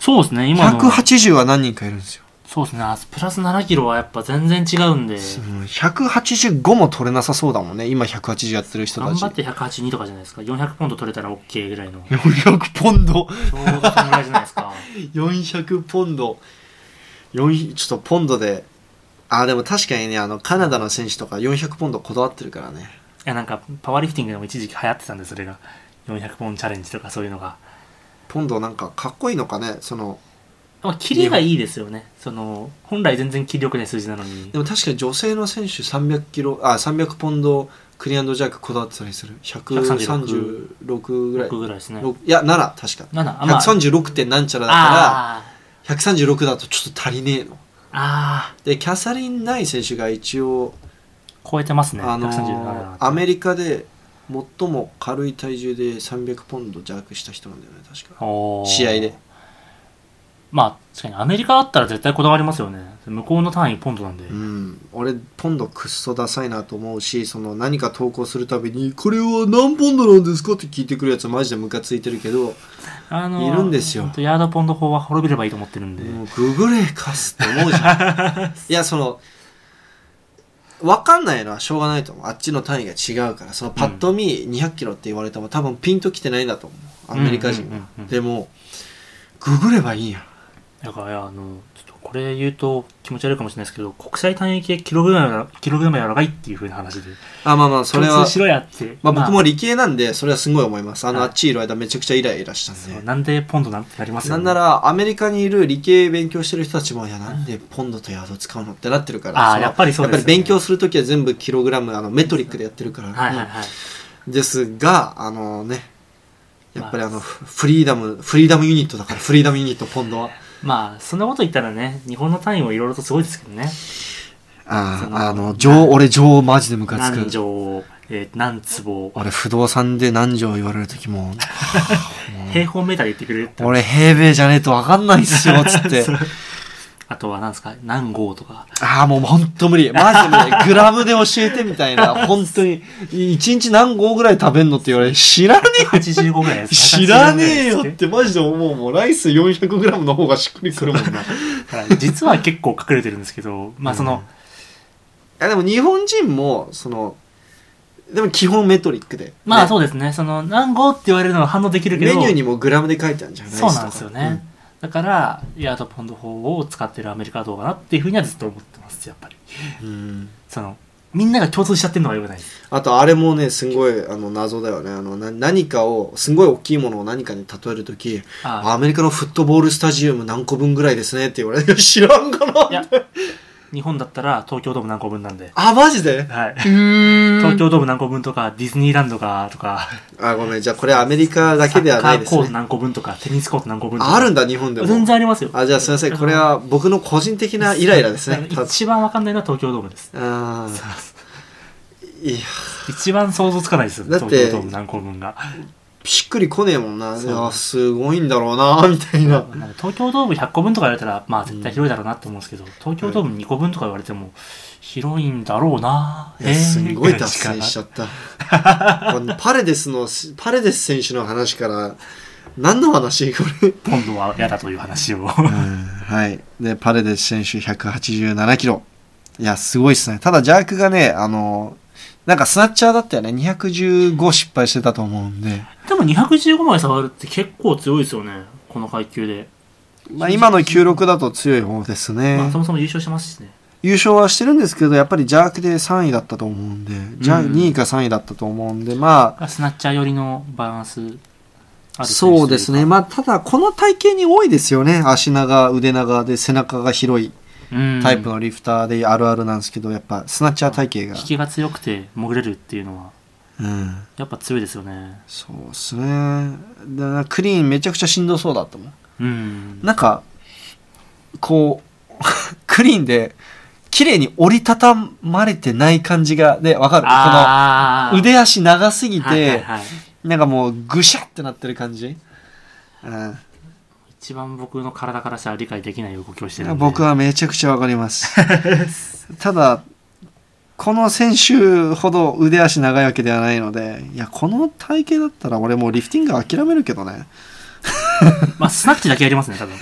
S2: そうですね今の
S1: 180は何人かいるんですよ
S2: そうですねあプラス7キロはやっぱ全然違うんで
S1: うん185も取れなさそうだもんね今180やってる人た
S2: 頑
S1: ち
S2: 張って182とかじゃないですか400ポンド取れたら OK ぐら いの
S1: 400ポンド
S2: ちょうどそのぐらいじゃないですか
S1: 400ポンド4ちょっとポンドであでも確かにねあのカナダの選手とか400ポンドこだわってるからね
S2: いやなんかパワーリフティングでも一時期流行ってたんでそれが400ポンドチャレンジとかそういうのが
S1: ポンドなんかかっこいいのかねその
S2: まあ、キリがいいですよね。その、本来全然キリよくない数字なのに
S1: で。も確かに女性の選手300キロあ300ポンドクリアンドジャークこだわってたりする136ぐらい
S2: 6ぐらいですね。7、
S1: 六いや7確か
S2: あ、まあ、
S1: 136点なんちゃらだか
S2: あ
S1: ら136だとちょっと足りねえの
S2: ーあ
S1: でキャサリン・ナイ選手が一応、
S2: ー、超えてますね。
S1: あのー
S2: 137
S1: アメリカで最も軽い体重で300ポンド弱した人なんだよね確か
S2: おー
S1: 試合で。
S2: まあ、確かにアメリカあったら絶対こだわりますよね。向こうの単位ポンドなんで。
S1: うん俺ポンドくっそダサいなと思うしその何か投稿するたびに「これは何ポンドなんですか?」って聞いてくるやつマジでムカついてるけど
S2: あのー
S1: いるんですよ
S2: ほとヤードポンド法は滅びればいいと思ってるんで。
S1: もうググレーかすって思うじゃ んいやその分かんないのはしょうがないと思うあっちの単位が違うからそのパッと見200キロって言われても多分ピンときてないんだと思うアメリカ人は、
S2: うんうんうんうん
S1: でもググればいいやん
S2: だからいや、あの、ちょっとこれ言うと気持ち悪いかもしれないですけど、国際単位系キログラムやらキログラムやらがいっていう風な話で。
S1: あまあまあそれ
S2: 共
S1: は
S2: 通、しろやって。
S1: まあ、僕も理系なんでそれはすごい思いますあの
S2: は
S1: あ
S2: い
S1: っちいる間めちゃくちゃイライラしたんで、
S2: そうなんでポンドなんてなりますよ
S1: な
S2: ね。
S1: んならアメリカにいる理系勉強してる人たちもいやなんでポンドとヤード使うのってなってるから
S2: あー
S1: の
S2: やっぱりそうですよね
S1: やっぱり勉強するときは全部キログラムあのメトリックでやってるから、
S2: はいはいはい。
S1: ですがあのねやっぱりあの、
S2: まあ
S1: フフリーダムフリーダムユニットだからフリーダムユニットポンドは
S2: まあ、そんなこと言ったらね、日本の単位もいろいろとすごいですけどね。
S1: あ
S2: その
S1: ああの情俺情マジでムカつ
S2: 何
S1: く
S2: 畳、えー何坪、
S1: 俺不動産で何条言われる時も
S2: 平方メーターで言ってくれるって。
S1: 俺平米じゃねえと分かんないっすよつって
S2: そうあとは何ですか何号とか。
S1: ああ、もうほんと無理。マジで無理。グラムで教えてみたい な。本当に。一日何合ぐらい食べんのって言われ、知らね
S2: 85ぐらいで
S1: え。
S2: す
S1: 知らねえよっ。
S2: 180ぐ
S1: てマジで思う。もうライス400グラムの方がしっくりくるもん な。い
S2: らいですね実は結構隠れてるんですけど、まあその、
S1: や、でも日本人も、その、でも基本メトリックで。
S2: まあ
S1: ね
S2: そうですね、その何号って言われるのは反応できるけ
S1: メ
S2: ど、
S1: ニューにもグラムで書いてあるじゃん。
S2: そうなんですよ
S1: ライ
S2: ね。だから、ヤードポンド法を使ってるアメリカはどうかなっていうふうにはずっと思ってます、やっぱり。
S1: スとか。うんうん
S2: その、みんなが共通しちゃってるのは良くないです。
S1: あとあれもねすごいあの謎だよねあのな何かをすごい大きいものを何かに例えるとき
S2: あ
S1: アメリカのフットボールスタジアム何個分ぐらいですねって言われて知らんかない
S2: や日本だったら東京ドーム何個分なんで。
S1: あ、マジで
S2: はい。
S1: 東
S2: 東京ドーム何個分とか、ディズニーランドがとか、
S1: あ、ごめん。じゃあ、これアメリカだけではないです
S2: サッカーコート
S1: ね。
S2: 何個分とか、テニスコート何個分とか。
S1: ああるん
S2: だ
S1: だ、日本でも。
S2: 全然ありますよ。
S1: あ、じゃあすいません。これは僕の個人的なイライラですね。た
S2: 一番わかんないのは東京ドームです。
S1: あーいや、
S2: 一番想像つかないですよ、
S1: だって
S2: 東京ドーム何個分が。
S1: しっくりこねえもんな。い
S2: そう
S1: や、すごいんだろうな、みたいな。
S2: なんか東京ドーム100個分とか言われたら、まあ絶対広いだろうなって思うんですけど、東京ドーム2個分とか言われても、広いんだろうない
S1: やすんごい脱
S2: 達成
S1: 線しちゃった。このパレデスの、パレデス選手の話から、何の話これ。
S2: 今度は嫌だという話を。
S1: はい。で、パレデス選手187キロ。いや、すごいっすね。ただ、ジャークがね、あの、なんかスナッチャーだったよね。215失敗してたと思うんで。
S2: でも215まで触るって結構強いですよね、この階級で。
S1: まあ、今の96だと強い方ですね
S2: まあ、。そもそも優勝してますしね。
S1: 優勝はしてるんですけど、やっぱりジャークで3位だったと思うんで、ジャ
S2: うん
S1: 2位か3位だったと思うんで、まあ、
S2: スナッチャー寄りのバランスある選手といか
S1: そうですね。まあ、ただ、この体型に多いですよね。足長、腕長で背中が広い
S2: うん
S1: タイプのリフターであるあるなんですけど、やっぱスナッチャー体型が
S2: 引。きが強くて潜れるっていうのは
S1: うん。
S2: やっぱ強いですよね
S1: そうっすねだからクリーンめちゃくちゃしんどそうだったもん
S2: うん
S1: なんかこう クリーンで綺麗に折りたたまれてない感じがねわかる
S2: あ
S1: この腕足長すぎて、
S2: はいはいはい
S1: なんかもうぐしゃってなってる感じ、うん
S2: 一番僕の体からしたら理解できない動きをしてるんで
S1: 僕はめちゃくちゃわかります ただこの選手ほど腕足長いわけではないのでいやこの体型だったら俺もうリフティング諦めるけどね
S2: まあスナッチだけやりますね多分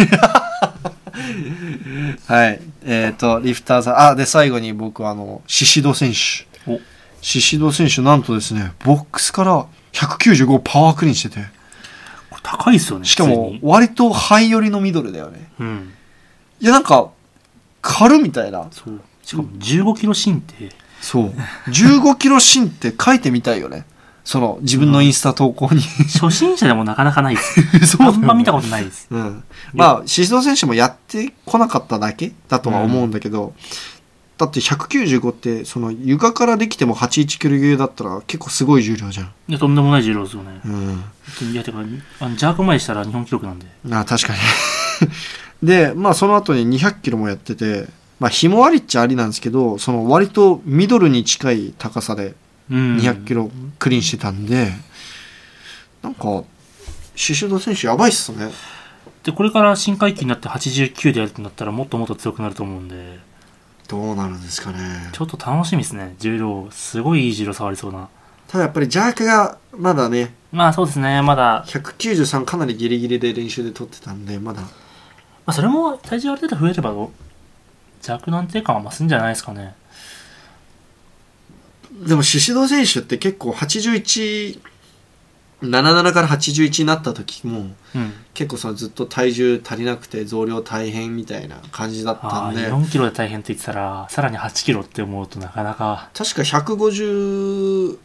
S1: はい。えっ、と、リフターさん。あ、で、最後に僕は、あの、シシド選手。
S2: お
S1: シシド選手、なんとですね、ボックスから195パワークリーンしてて、
S2: これ高いですよね。
S1: しか
S2: 普
S1: も
S2: 通、に
S1: 割とハイ寄りのミドルだよね。
S2: うん。
S1: いや、なんか、軽みたいな。
S2: そう。しかも15キロ芯って、
S1: そう。15キロ芯って書いてみたいよね。その、自分のインスタ投 稿に。
S2: 初心者でもなかなかないです。
S1: そうだ
S2: あ
S1: よね
S2: んま見たことないです。
S1: うん、まあ宍戸選手もやってこなかっただけだとは思うんだけど、だって195ってその床からできても81キロ級だったら結構すごい重量じゃん、
S2: いや、とんでもない重量ですよね。
S1: う
S2: いや、てか、あの、邪悪前でしたら日本記録なんで。
S1: ん、あ確かに でまあその後に200キロもやっててまあ紐ありっちゃありなんですけどその割とミドルに近い高さで
S2: うん。
S1: 200キロクリーンしてたんで、なんか宍戸選手やばいっすね
S2: で、これから新回帰になって89でやるってなったら、もっともっと強くなると思うんで、
S1: どうなるんですかね
S2: ちょっと楽しみですね。重量、すごいいい重量触りそうな。
S1: ただやっぱりジャークがまだね
S2: まあそうですね、まだ、
S1: 193かなりギリギリで練習で取ってたんでまだ
S2: まあそれも体重ある程度増えれば、邪悪安定感は増すんじゃないですかね。
S1: でも宍戸選手って結構8177から81になった時も
S2: うん。
S1: 結構そのずっと体重足りなくて増量大変みたいな感じだった
S2: ああ、
S1: んで
S2: 4キロで大変って言ってたら、さらに8キロって思うとなかなか、
S1: 確か150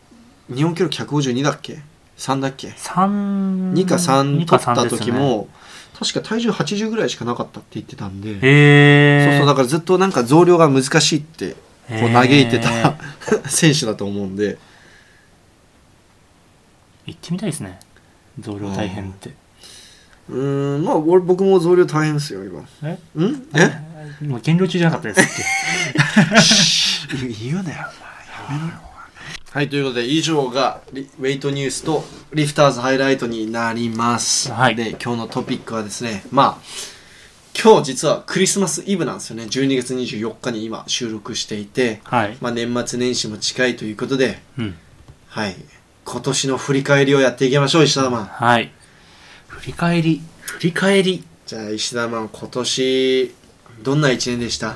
S1: 日本記録152だっけ3だっけ
S2: 3、
S1: 2か3
S2: 二か
S1: 取っ
S2: 三
S1: た
S2: ですね
S1: 時も、確か体重80ぐらいしかなかったって言ってたんで
S2: へえ。
S1: そうそうだからずっとなんか増量が難しいってこう嘆いて
S2: へ
S1: た
S2: ー
S1: 選手だと思うんで。
S2: 行ってみたいですね。増量大変って。
S1: うーん、まあ、俺、僕も増量大変ですよ、今。
S2: え
S1: ん え
S2: もう減量中じゃなかったですっけ
S1: 言うなよ、お前。やめろよ、はい、ということで、以上がリ、ウェイトニュースとリフターズハイライトになります。
S2: はい
S1: で、今日のトピックはですね、まあ、今日実はクリスマスイブなんですよね。12月24日に今収録していて、
S2: はい。
S1: まあ、年末年始も近いということで、
S2: うん。
S1: はい。今年の振り返りをやっていきましょう、石田マン。
S2: はい。振り返り。振り返り。
S1: じゃあ、石田マン、今年、どんな一年でした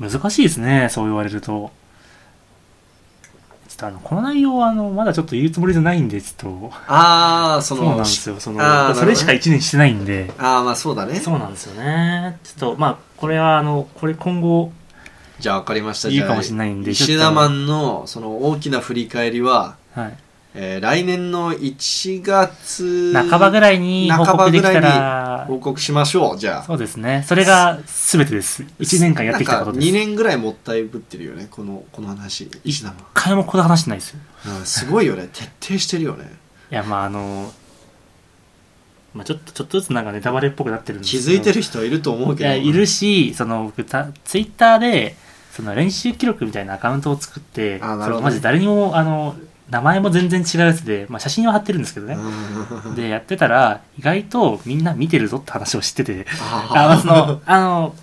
S2: 難しいですね、そう言われると。ちょっとあの、この内容はあの、まだちょっと言うつもりじゃないんで、ちょっと。
S1: ああ、そ
S2: そうなん
S1: の、
S2: ですよ、その
S1: あー、
S2: それしか
S1: なる
S2: 1年してないんで。
S1: ああ、まあそうだね。
S2: そうなんですよね。ちょっと、まあ、これはあの、これ今後、
S1: じゃあ分かりました。
S2: いいかもしれ
S1: い
S2: ないんで。
S1: 石
S2: ちょ
S1: 田
S2: っと
S1: マンの、その大きな振り返りは、
S2: はい。
S1: えー来年の1月
S2: 半ばぐらいに報
S1: 半ば
S2: 告
S1: ぐ
S2: でき
S1: らい
S2: た
S1: に
S2: ら、
S1: 報告しましょう、じゃあ。
S2: そうですね。それが全てです。1年間やってきたことです。
S1: なんか2
S2: 1
S1: 年ぐらいもったいぶってるよね、この、この話。石田マ
S2: 回もここで話してないですよ。
S1: ン。うんすごいよ ね。徹底してるよね。
S2: いや、まああの、まあちょっと、ちょっとずつなんかネタバレっぽくなってるんです
S1: 気
S2: けど
S1: づいてる人はいると思う
S2: い
S1: けど。
S2: や、いるし、その、僕、たツイッターで、その練習記録みたいなアカウントを作って、
S1: あな
S2: そ
S1: るほどね
S2: のマジ誰にも、あの、名前も全然違うやつで、まあ写真は貼ってるんですけど
S1: うん。
S2: ね。で、やってたら、意外とみんな見てるぞって話を知ってて、あまあそ
S1: あ
S2: の、あの、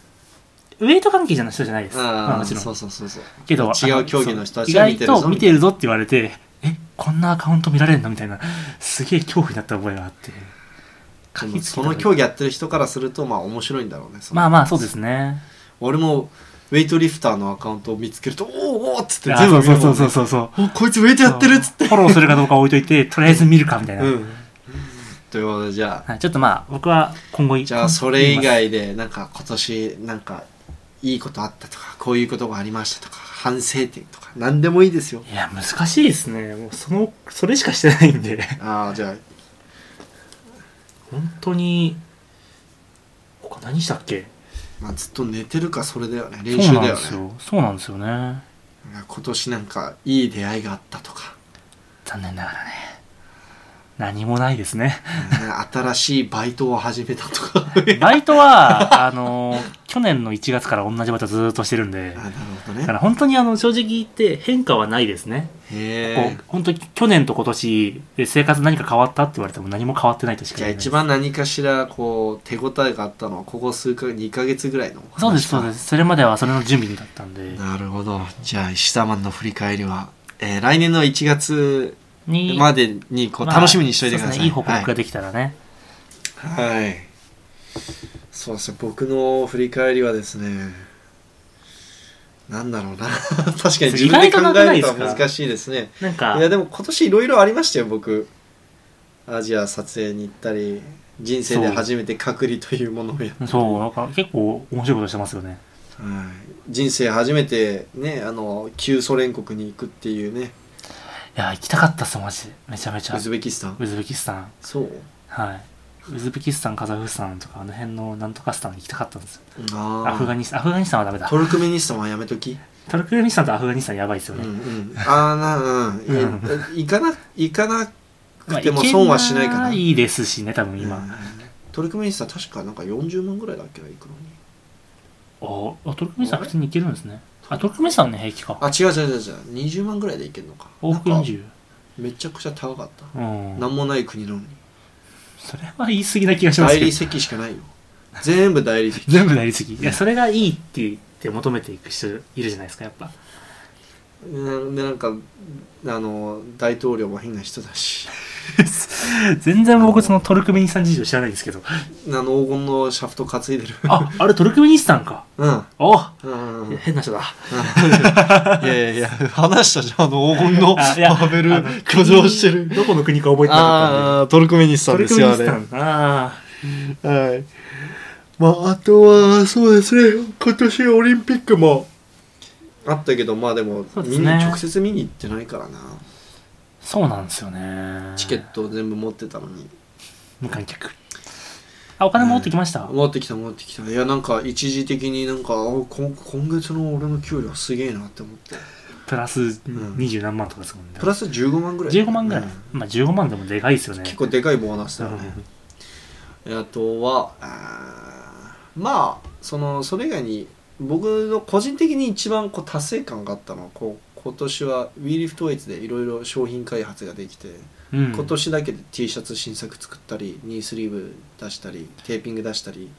S2: ウェイト関係じゃない人じゃないです。まあ
S1: あ
S2: も
S1: ー、
S2: ちろん
S1: そ。うそうそうそう。
S2: けど
S1: 違う
S2: あの
S1: 競技の人た
S2: そう
S1: ちが見てるぞ
S2: 意外と見てるぞって言われてえこんなアカウント見られるのみたいなすげえ恐怖になった覚えがあって
S1: で
S2: 鍵
S1: も
S2: つけ
S1: そ
S2: た
S1: の競技やってる人からすると、まあ面白いんだろうね。その
S2: まあまあそうですね
S1: 俺もウェイトリフターのアカウントを見つけると「おーおーっつって
S2: あ
S1: 全部
S2: そう
S1: 見
S2: そ
S1: る
S2: う
S1: も
S2: そ
S1: ん
S2: うそう
S1: ね
S2: そうそう
S1: おこいつウェイトやってるっつって
S2: フォローするかどうかは置いといてとりあえず見るかみたいな、
S1: うんということでじゃあ
S2: はい、ちょっとまあ僕は今後
S1: じゃあそれ以外でなんか今年なんかいいことあったとかこういうことがありましたとか反省点とか何でもいいですよ
S2: いや難しいですねもうそのそれしかしてないんで
S1: ああじゃあ
S2: 本当に他何したっけ
S1: まあ、ずっと寝てるかそれだよね
S2: そ
S1: 練
S2: う
S1: 習
S2: なん
S1: だ
S2: で
S1: よ
S2: す
S1: ね
S2: よそうなんですよね
S1: 今年なんかいい出会いがあったと か
S2: 残念ながらね何もないですね
S1: 新しいバイトを始めたとか
S2: バイトは、あの去年の1月から同じバイトずーっとしてるんで
S1: あ、なるほど
S2: だ
S1: ね
S2: から本当にあの、正直言って変化はないですね。
S1: へ
S2: こ
S1: え
S2: う本当に去年と今年で生活何か変わったって言われても何も変わってないとしか
S1: じゃ
S2: 言
S1: あ
S2: えない。
S1: 一番何かしらこう手応えがあったのはここ数か2ヶ月ぐらいの
S2: そうです、そうですす。それまではそれの準備だったんで。
S1: なるほどじゃあ石田マンの振り返りは、えー来年の1月
S2: に
S1: までにこう
S2: まあ
S1: 楽しみにしといてください、
S2: そうですねいい報告が
S1: はい、
S2: できたらね。
S1: はいそうですね僕の振り返りはですねなんだろうな 確かに自分で考えるのは難しいですね
S2: なん
S1: い
S2: か、
S1: やでも今年いろいろありましたよ僕アジア撮影に行ったり人生で初めて隔離というものをやっ
S2: そう、なんか結構面白いことしてますよね。
S1: はい、人生初めてねあの旧ソ連国に行くっていうね
S2: いや、行きたかったっす、マジで。めちゃめちゃ。
S1: ウズベキスタン
S2: ウズベキスタン。
S1: そう
S2: はい。ウズベキスタン、カザフスタンとか、あの辺のなんとかスタン行きたかったんですよ。
S1: あー
S2: アフガニスタン、アフガニスタンはダメだ
S1: ト。ルクメニスタンはやめとき、
S2: トルクメニスタンとアフガニスタンやばいですよ
S1: うんう
S2: ね。
S1: ん、ああなうん
S2: う
S1: い行かな行かな
S2: まあ
S1: くても損はしないかな,、
S2: 行けいいですしね、多分
S1: うん
S2: 今。
S1: トルクメニスタン確かなんか40万ぐらいだっけな行くのに
S2: おあ、トルクメニスタン普通に行けるんですね。あ、トルクメニスタンはね、平気か。
S1: あ違う違う違う違う20万ぐらいで行けるのか
S2: 往復
S1: なんか
S2: 40。
S1: めちゃくちゃ高かった、
S2: うん。
S1: なんもない国 なのに
S2: それは言い過ぎな気がします
S1: 大
S2: け
S1: 理
S2: ど。
S1: 石しかないよ全部大理石
S2: 全部なりすぎ。いや、それがいいって言って求めていく人いるじゃないですか、やっぱ。
S1: なでなんかあの大統領も変な人だし
S2: 全然僕そのトルクメニスタン事情知らないんですけど。
S1: あの黄金のシャフト担いでる
S2: あ、あれトルクメニスタンか。
S1: うんう
S2: お
S1: んうんうん、い
S2: 変な人だ。
S1: やいやいや話したじゃんあの黄金の
S2: あいや
S1: パーベル
S2: あの
S1: 居城してる
S2: 国どこの国か覚えてなかっ
S1: あートルクメニス
S2: たんで。トルクメニスタン。あ
S1: はいまああとはそうですね今年オリンピックもあったけどまあでも
S2: そうで
S1: 見
S2: す
S1: に
S2: ね
S1: 直接見に行ってないからな
S2: ーそうなんですよね。
S1: チケッ。ト全部持ってたのに
S2: 無観客。あ、お金戻ってきました。
S1: 戻ってきた戻ってきたいやなんか一時的になんかあ今今月の俺の給料すげえなって思って
S2: プラス
S1: ん
S2: 二十何万とかですもんね
S1: プ。ラス15万ぐらい
S2: 15万ぐらい。
S1: うん
S2: まあ15万でもでかいですよね。
S1: 結構でかいボーナスだよね
S2: うん
S1: えあとはあーまあそのそれ以外に僕の個人的に一番こう達成感があったのはこう今年は WeLiftWeights でいろいろ商品開発ができて、
S2: うん
S1: 今年だけで T シャツ新作作ったりニースリーブ出したりテーピング出したり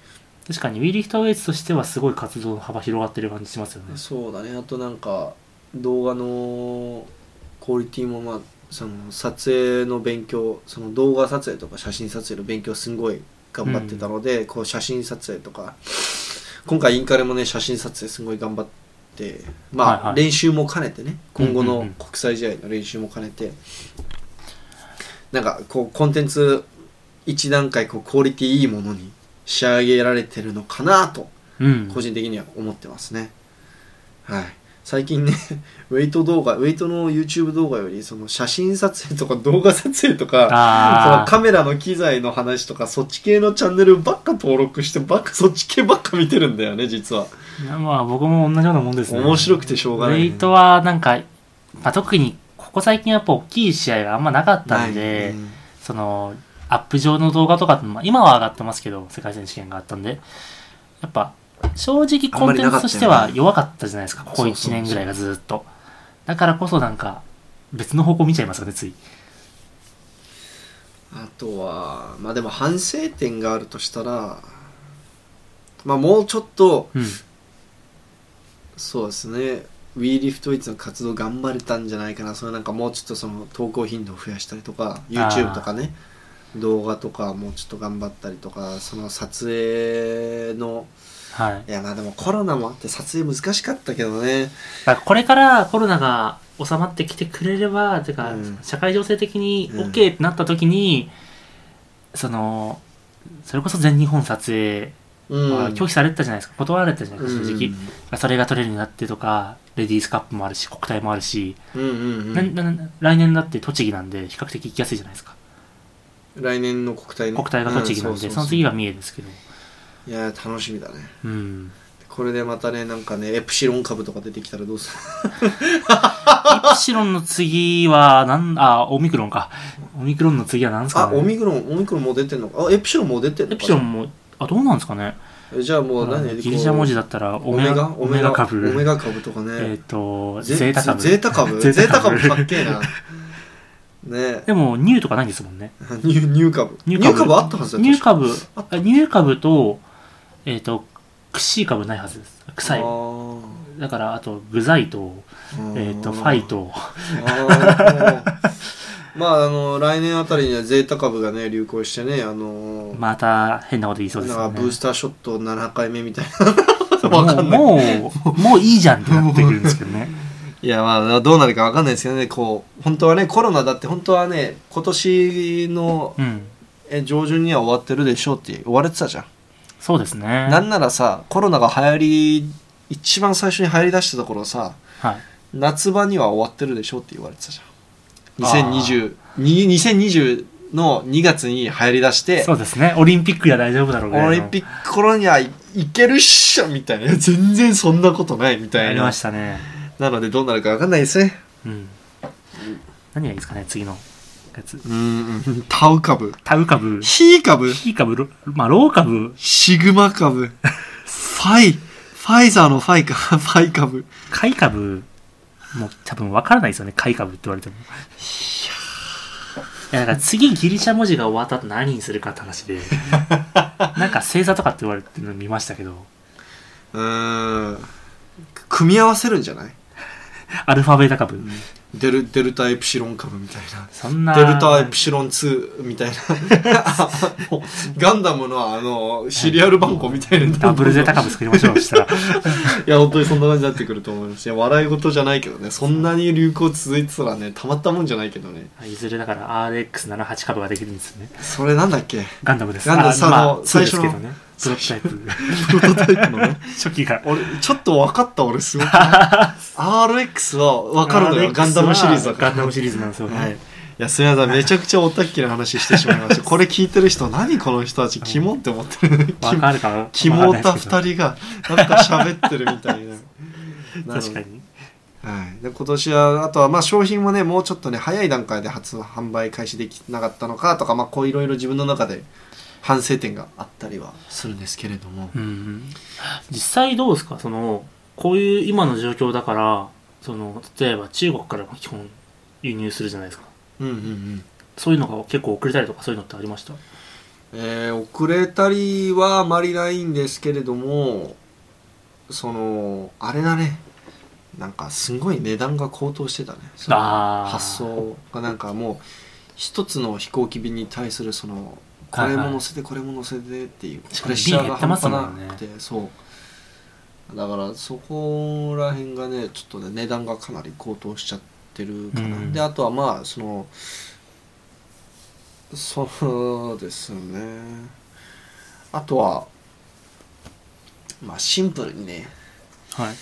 S2: 確かに、ウィリフトウェイツとしてはすごい活動の幅広がってる感じしますよね。
S1: そうだねあとなんか動画のクオリティもまあその撮影の勉強その動画撮影とか写真撮影の勉強すごい頑張ってたので、こう写真撮影とか今回インカレもね写真撮影すごい頑張ってまあ、
S2: はいはい
S1: 練習も兼ねてね今後
S2: うんうん
S1: の
S2: うん
S1: 国際試合の練習も兼ねて、なんかこうコンテンツ一段階こうクオリティいいものに仕上げられてるのかなと
S2: うん
S1: 個。人的には思ってますね、はい最近ね ウェイト動画ウェイトの YouTube 動画よりその写真撮影とか動画撮影とかその
S2: ああ。
S1: カメラの機材の話とかそっち系のチャンネルばっか登録してばっかそっち系ばっか見てるんだよね実は、
S2: まあ僕も同じようなもんですね。
S1: 面白くてしょうがない、
S2: ウェイトはなんか、まあ、特にここ最近やっぱ大きい試合があんまなかったんで、
S1: ない
S2: そのアップ上の動画とかって、まあ、今は上がってますけど世界選手権があったんでやっぱ正直コンテンツとして
S1: あんまりなかったよ
S2: は
S1: ね
S2: 弱かったじゃないですかここ
S1: そうそうそ
S2: 1
S1: う
S2: 年ぐらいがずっとだからこそなんか別の方向見ちゃいますよねつい
S1: あとはまあでも反省点があるとしたらまあもうちょっと
S2: うん
S1: そうですね WeLiftWeights の活動頑張れたんじゃないかなそれなんかもうちょっとその投稿頻度を増やしたりとか YouTube とかね動画とかもうちょっと頑張ったりとかその撮影の
S2: はい
S1: いやまあでもコロナもあって撮影難しかったけどね
S2: だからこれからコロナが収まってきてくれればてか、
S1: うん
S2: 社会情勢的に
S1: うん
S2: OK ってなった時に、そのそれこそ全日本撮影
S1: うん、
S2: まあ拒否されてたじゃないですか断られてたじゃないですか正直、
S1: う
S2: それが取れるようになってとかレディースカップもあるし国体もあるし、
S1: んうんうんう、
S2: なんなな来年だって栃木なんで比較的行きやすいじゃないですか
S1: 来年の国体ね
S2: 国体が栃木なんで、
S1: ううう
S2: その次が三重ですけど
S1: いや楽しみだね
S2: うん
S1: これでまたねなんかねエプシロン株とか出てきたらどうする
S2: エプシロンの次はなんあオミクロンかオミクロンの次は何ですか、
S1: あ
S2: ね、
S1: オミクロンオミクロンもう出てんのかあエプシロンもう出てんのか
S2: エプシロンもあどうなんですかね
S1: えじゃあもう何
S2: ギリシャ文字だったら
S1: オ
S2: オ
S1: メ
S2: メ
S1: ガ
S2: ガ
S1: オ
S2: オ
S1: メ
S2: メ
S1: ガ
S2: ガ
S1: 株
S2: 株
S1: オメガ株とか
S2: えっ、
S1: ね
S2: と
S1: ゼ
S2: ゼータ株
S1: ゼータ 株ゼ
S2: ゼ
S1: ー
S2: ー
S1: タ
S2: タ
S1: 株
S2: 株
S1: かっけえな ね
S2: でもニューとかないんですもんね
S1: えニュニュー株ニ
S2: ニ
S1: ュ
S2: ュー株
S1: ー株あったはずだ
S2: ニュー
S1: 確か
S2: 株
S1: あっ
S2: あニュー株とえっ、とクシー株ないはずです臭い
S1: あ
S2: だからあと具材と
S1: ー
S2: えっ、とファイと
S1: あー まああの来年あたりにはゼータ株がね流行してねあの
S2: また変なこと言いそうです
S1: なん
S2: よ
S1: か
S2: ね。
S1: ブースターショット7回目みたいな
S2: も
S1: わか
S2: うん
S1: ない
S2: もう、もういいじゃんってなってくるんですけどね。
S1: いやまあどうなるかわかんないですけどねこう本当はねコロナだって本当はね今年の
S2: うん。
S1: え上旬には終わってるでしょうって言われてたじゃん、
S2: そうですね。
S1: なんならさコロナが流行り一番最初に流行りだしたところさ
S2: はい。
S1: 夏場には終わってるでしょうって言われてたじゃん
S2: あ
S1: 2020に2020の2月に流行りだして
S2: そうですね。オリンピックや大丈夫だろうぐらい
S1: オ
S2: の
S1: リンピック頃にはいいけるっしょみたいな全然そんなことないみた
S2: あ
S1: い
S2: りま
S1: な
S2: したね。
S1: なのでどうなるか分かんないですね
S2: うん。何がいいですかね、次のやつ。
S1: うんタウ株
S2: タウ株、
S1: ヒー株
S2: ヒー株、ロまあ、ロー株、
S1: シグマ株ファイファイザーのファイかファイ株
S2: カイ株、もう多分わからないですよね、カイ株って言われても。いや、だから次ギリシャ文字が終わった後何にするかっ て話で、なんか星座とかって言われてるの見ましたけど、
S1: うーん組み合わせるんじゃない
S2: アルファベータ株。
S1: デルデルタエプシロン株みたいな
S2: そんな。
S1: デルタエプシロン2みたいな ガンダムのあのシリアル番号みたいな
S2: ダブルゼータ株作りま しょう、そしたら。
S1: いや本当にそんな感じになってくると思いますいや笑い事じゃないけどねそんなに流行続いてたらねたまったもんじゃないけどね
S2: いずれだから RX78 株ができるんですよね。
S1: それなんだっけ
S2: ガンダムです。
S1: ガンダム
S2: あ
S1: さあ
S2: まあ
S1: の
S2: そうです
S1: 最
S2: け
S1: 初
S2: ど
S1: の
S2: ね。プロトタイ プ。
S1: プロトタイプの ね
S2: 初期が。
S1: 俺ちょっと分かった俺すごく RX は分かるのよ
S2: RX
S1: ガンダムシリーズだ
S2: は
S1: か
S2: ガ
S1: ら
S2: ンダムシリーズなんですよね。
S1: はいいやすみませんめちゃくちゃオタッキーな話してしまいましたこれ聞いてる人何この人たちキモって思ってる
S2: わかるかな
S1: キモオタ
S2: 人。
S1: 2人がなんか喋ってるみた いななので
S2: 確かに。
S1: はい、で今年はあとはまあ商品もねもうちょっとね早い段階で初販売開始できなかったのかとかまあこういろいろ自分の中で反省点があったりはするんですけれども
S2: うん。実際どうですかその、こういう今の状況だから、その、例えば中国から基本輸入するじゃないですか。
S1: うんうんうん
S2: そういうのが結構遅れたりとかそういうのってありました
S1: えー遅れたりはあまりないんですけれどもそのあれだねなんかすごい値段が高騰してたねその
S2: あー
S1: 発想がなんかもう一つの飛行機便に対するそのこれも乗せてこれも乗せてっていう
S2: し
S1: プ
S2: かも
S1: レッシャーが
S2: 便減ってま
S1: 半
S2: すも
S1: 端
S2: んね
S1: なくてそうだからそこら辺がねちょっとね値段がかなり高騰しちゃってるかな、
S2: うん
S1: であとはまあそのそうですねあとはまあシンプルにね
S2: はい。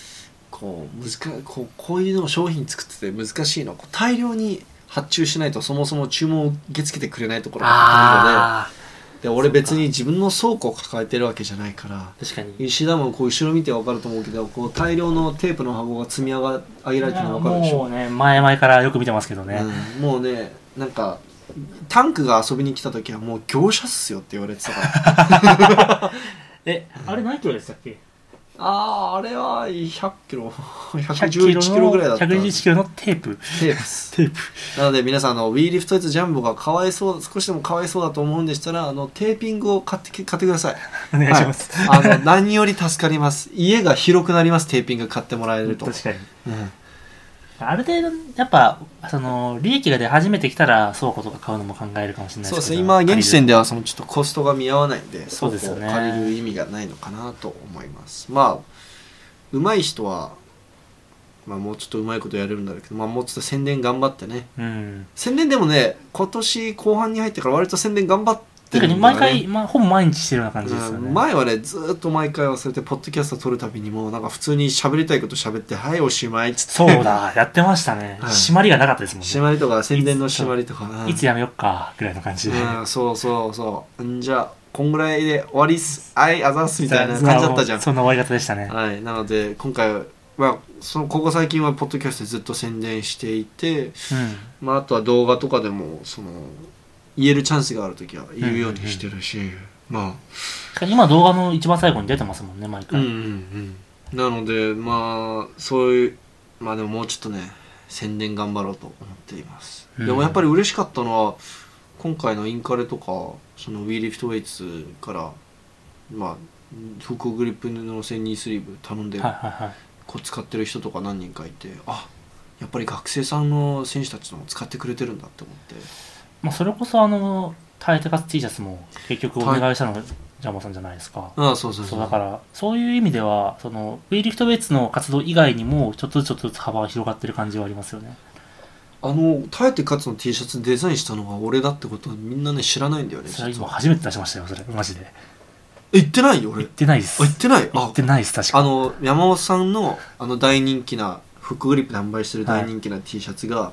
S1: こう難こうこういうのを商品作ってて難しいのはこう大量に発注しないとそもそも注文を受け付けてくれないところがあるので。
S2: あ
S1: で俺別に自分の倉庫を抱えてるわけじゃないから
S2: あ。確かに。
S1: 石田もこう後ろ見て分かると思うけどこう大量のテープの箱が積み上が上げられてるの分かるでし
S2: も
S1: ょ
S2: うね、前々からよく見てますけどね。
S1: うんもうねなんかタンクが遊びに来た時はもう業者っすよって言われてたから
S2: え、あれ何キロでしたっけ
S1: あああれは100キ ロ
S2: 100キロ
S1: 111キロぐらいだった
S2: の111キロのテープ。
S1: テープっす
S2: テープ。
S1: なので皆さんあのウィーリフトイツジャンボがかわいそう少しでもかわいそうだと思うんでしたらあのテーピングを買ってき買ってください
S2: お願いします。
S1: はいあの何より助かります家が広くなりますテーピング買ってもらえると
S2: 確かに。
S1: うん
S2: ある程度、やっぱ、その、利益が出始めてきたら、倉庫とか買うのも考えるかもしれない
S1: そう
S2: で
S1: ですす
S2: け
S1: ね
S2: ど。
S1: 今現時点
S2: で。
S1: ではそのちょっとコストが見合わないんで
S2: そうですよね
S1: 倉庫を借りる意味がないのかなと思いますまあ上手い人は、まあ、もうちょっと上手いことやれるんだろうけど、まあ、もうちょっと宣伝頑張ってね
S2: うん。
S1: 宣伝でもね今年後半に入ってから割と宣伝頑張って
S2: てか、
S1: るんだ、ね、
S2: 毎回、まあ、ほぼ毎日してるような感じですよ
S1: う
S2: ね。
S1: ん前はねずーっと毎回忘れてポッドキャスト撮るたびにもうなんか普通に喋りたいこと喋って「はいおしまい」っつって
S2: そう だ、やってましたね。
S1: はい
S2: 締まりがなかったですもん
S1: 締
S2: ね。
S1: まりとか宣伝の締まりとか
S2: いつやめよっか、ぐらいの感じで。
S1: うん、そうそうそうんじゃあこんぐらいで終わりっすはいあざっすみたいな感じだったじゃん
S2: そんな終わり方でしたね。
S1: はいなので今回はまあそのここ最近はポッドキャストでずっと宣伝していて、
S2: うん。
S1: まあ、あとは動画とかでもその言えるチャンスがある時は言うようにしてるし、ま
S2: しかも今動画の一番最後に出てますもんね、毎
S1: あうん
S2: 回。
S1: うんうんなのでまあそういうまあでももうちょっとね宣伝頑張ろうと思っています、
S2: うん
S1: でもやっぱり嬉しかったのは今回のインカレとかそのウィーリフトウェイツからまあフックグリップの線ニースリーブ頼んで
S2: はいはいはい。
S1: こう使ってる人とか何人かいてあやっぱり学生さんの選手たちのも使ってくれてるんだって思って
S2: まあ、それこそあのタイタカス T シャツも結局お願いしたのがジャンボさんじゃないですか、
S1: ああそうそう
S2: そうだからそういう意味ではその V リフトベースの活動以外にもちょっとずつちょっとずつ幅が広がってる感じはありますよね
S1: あの「耐えて勝つ」の T シャツデザインしたのは俺だってことみんなね知らないんだよね
S2: それは
S1: 実
S2: 今
S1: は
S2: 初めて出しましたよそれマジで
S1: え言ってないよ俺
S2: 言っ
S1: あ
S2: てないです
S1: 言ってない
S2: 言
S1: あ
S2: ってないです確か
S1: あの山本さんのあの大人気なフックグリップで販売してる大人気な T シャツが、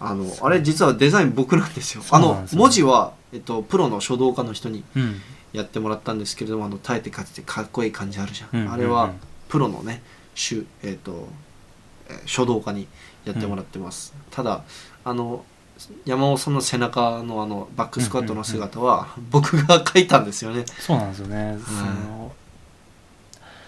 S1: あのあれ実はデザイン僕なんですよ
S2: そ
S1: あ
S2: うなん
S1: の
S2: ですよ
S1: 文字は、えっと、プロの書道家の人に
S2: うん
S1: やってもらったんですけれどもあの耐えて勝つってかっこいい感じあるじゃん、
S2: うんうんうん
S1: あれはプロのね主、えっとえー書道家にやってもらってます、ただあの山本さんの背中のあのバックスクワットの姿は僕が描いたんですよね、
S2: そうなんですよね、その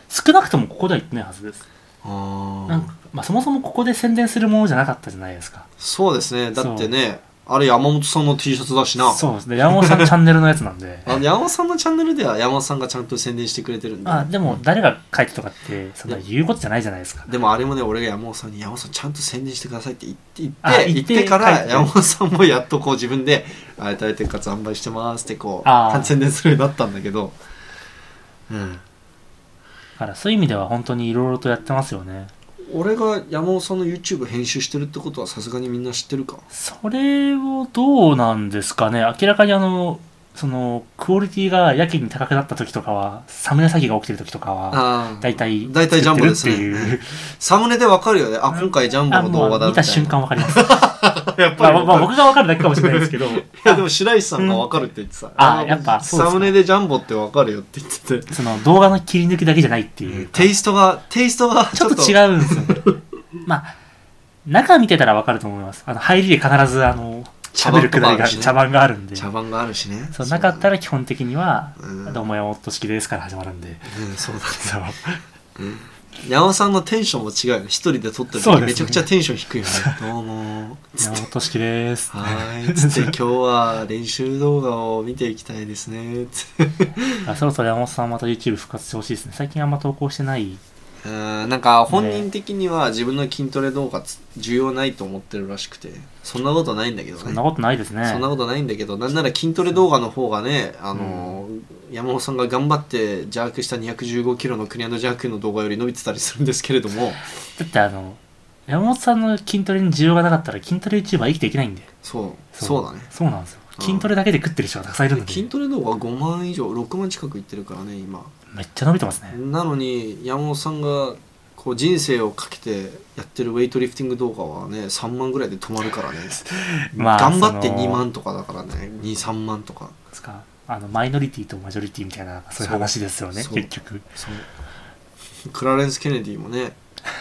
S2: 少なくともここでは言ってないはずです、
S1: あ
S2: なんかまあ、そもそもここで宣伝するものじゃなかったじゃないですか
S1: そうですねだってねあれ山本さんの T シャツだしな
S2: そうですね山本さんのチャンネルのやつなん で
S1: あの山本さんのチャンネルでは山本さんがちゃんと宣伝してくれてるんで
S2: あでも誰が書いてとかってそんな言うことじゃないじゃないですか
S1: でもあれもね俺が山本さんに「山本さんちゃんと宣伝してください」って言って言
S2: あ
S1: って
S2: 言
S1: 言
S2: っ
S1: っててか
S2: 書い
S1: ら
S2: て
S1: 山本さんもやっとこう自分で「あ大体活販売してます」ってこ
S2: あー
S1: う宣伝するようになったんだけどうん
S2: だからそういう意味では本当にいろいろとやってますよね
S1: 俺が山本さんの YouTube 編集してるってことはさすがにみんな知ってるか
S2: それをどうなんですかね明らかにあのそのクオリティがやけに高くなった時とかはサムネ詐欺が起きてる時とかは
S1: ああ
S2: 大体
S1: 大体ジャンボですね
S2: 作ってるっていう
S1: サムネでわかるよねあ今回ジャンボ
S2: あ
S1: の
S2: も
S1: 動画
S2: う
S1: だ
S2: 見
S1: みた
S2: た
S1: いな
S2: 瞬間わかります
S1: やっ
S2: ま
S1: ぱ
S2: あ
S1: り
S2: まあまあ
S1: わかる
S2: 僕がわかるだけかもしれないですけど
S1: いやでも白石さんがわかるって言ってた
S2: あ
S1: の
S2: やっぱそうですか
S1: サムネでジャンボってわかるよって言ってて
S2: その動画の切り抜きだけじゃないっていう
S1: テイストがテイストが
S2: ちょっと違うんですよねまあ中見てたらわかると思いますあの入りで必ずあの喋るくだりが茶
S1: 茶
S2: 番があるんで
S1: 茶番があるしね
S2: そうなかったら基本的には
S1: うん
S2: 「どうも山本式です」から始まるんで、
S1: うんそうだ
S2: そう
S1: 山尾さんのテンションも違うよね一人で撮ってる
S2: そ
S1: 時
S2: うですね
S1: めちゃくちゃテンション低いよねどうも
S2: 「 山本式です」
S1: は ーいつって今日は練習動画を見ていきたいですねつって
S2: あそろそろ山本さんまた YouTube 復活してほしいですね最近あんま投稿してない
S1: うんなんか本人的には自分の筋トレ動画つ重要ないと思ってるらしくてそんなことないんだけどね
S2: そんなことないですね
S1: そんなことないんだけどなんなら筋トレ動画の方がね、あの山本さんが頑張って邪悪した215キロのクリアンドジャークの動画より伸びてたりするんですけれども
S2: だってあの山本さんの筋トレに需要がなかったら筋トレ YouTuber 生きていけないんで
S1: そうそうだね
S2: そうなんですよ
S1: うん
S2: 筋トレだけで食ってる人がたくさんいるので
S1: 筋トレ動画5万以上6万近くいってるからね今
S2: めっちゃ伸びてますね
S1: なのに山本さんがこう人生をかけてやってるウェイトリフティング動画はね3万ぐらいで止まるからね
S2: まあ
S1: 頑張って
S2: その
S1: 2万とかだからね23万とか
S2: ですかあのマイノリティとマジョリティみたいなそういう話ですよね
S1: そう
S2: 結局
S1: そうクラレンス・ケネディもね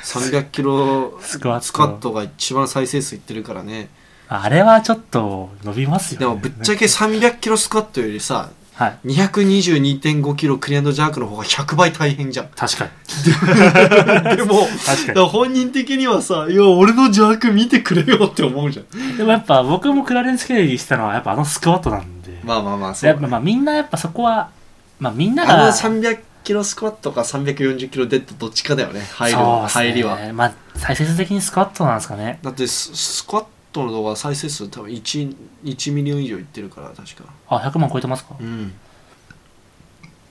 S1: 300キロ
S2: スクワット
S1: スカットが一番再生数いってるからね
S2: あれはちょっと伸びますよね
S1: でもぶっちゃけ300キロスカットよりさ
S2: はい
S1: 222.5キロクリアンドジャークの方が100倍大変じゃん
S2: 確か に
S1: でもだ
S2: 確か
S1: から本人的にはさ「いや俺の邪悪見てくれよ」って思うじゃん
S2: にでもやっぱ僕もクラレンス・ケネディしたのはやっぱあのスクワットなんで、
S1: まあまあまあ
S2: やっぱまあみんなやっぱそこはまあみんな
S1: あ
S2: が
S1: の300キロスクワットか340キロデッドどっちかだよね入る
S2: そうっすね
S1: 入りは
S2: まあ最切的にスクワットなんですかね
S1: だってススクワットの動画再生数多分 1, 1ミリオン以上いってるから確か
S2: あ100万超えてますか
S1: うん、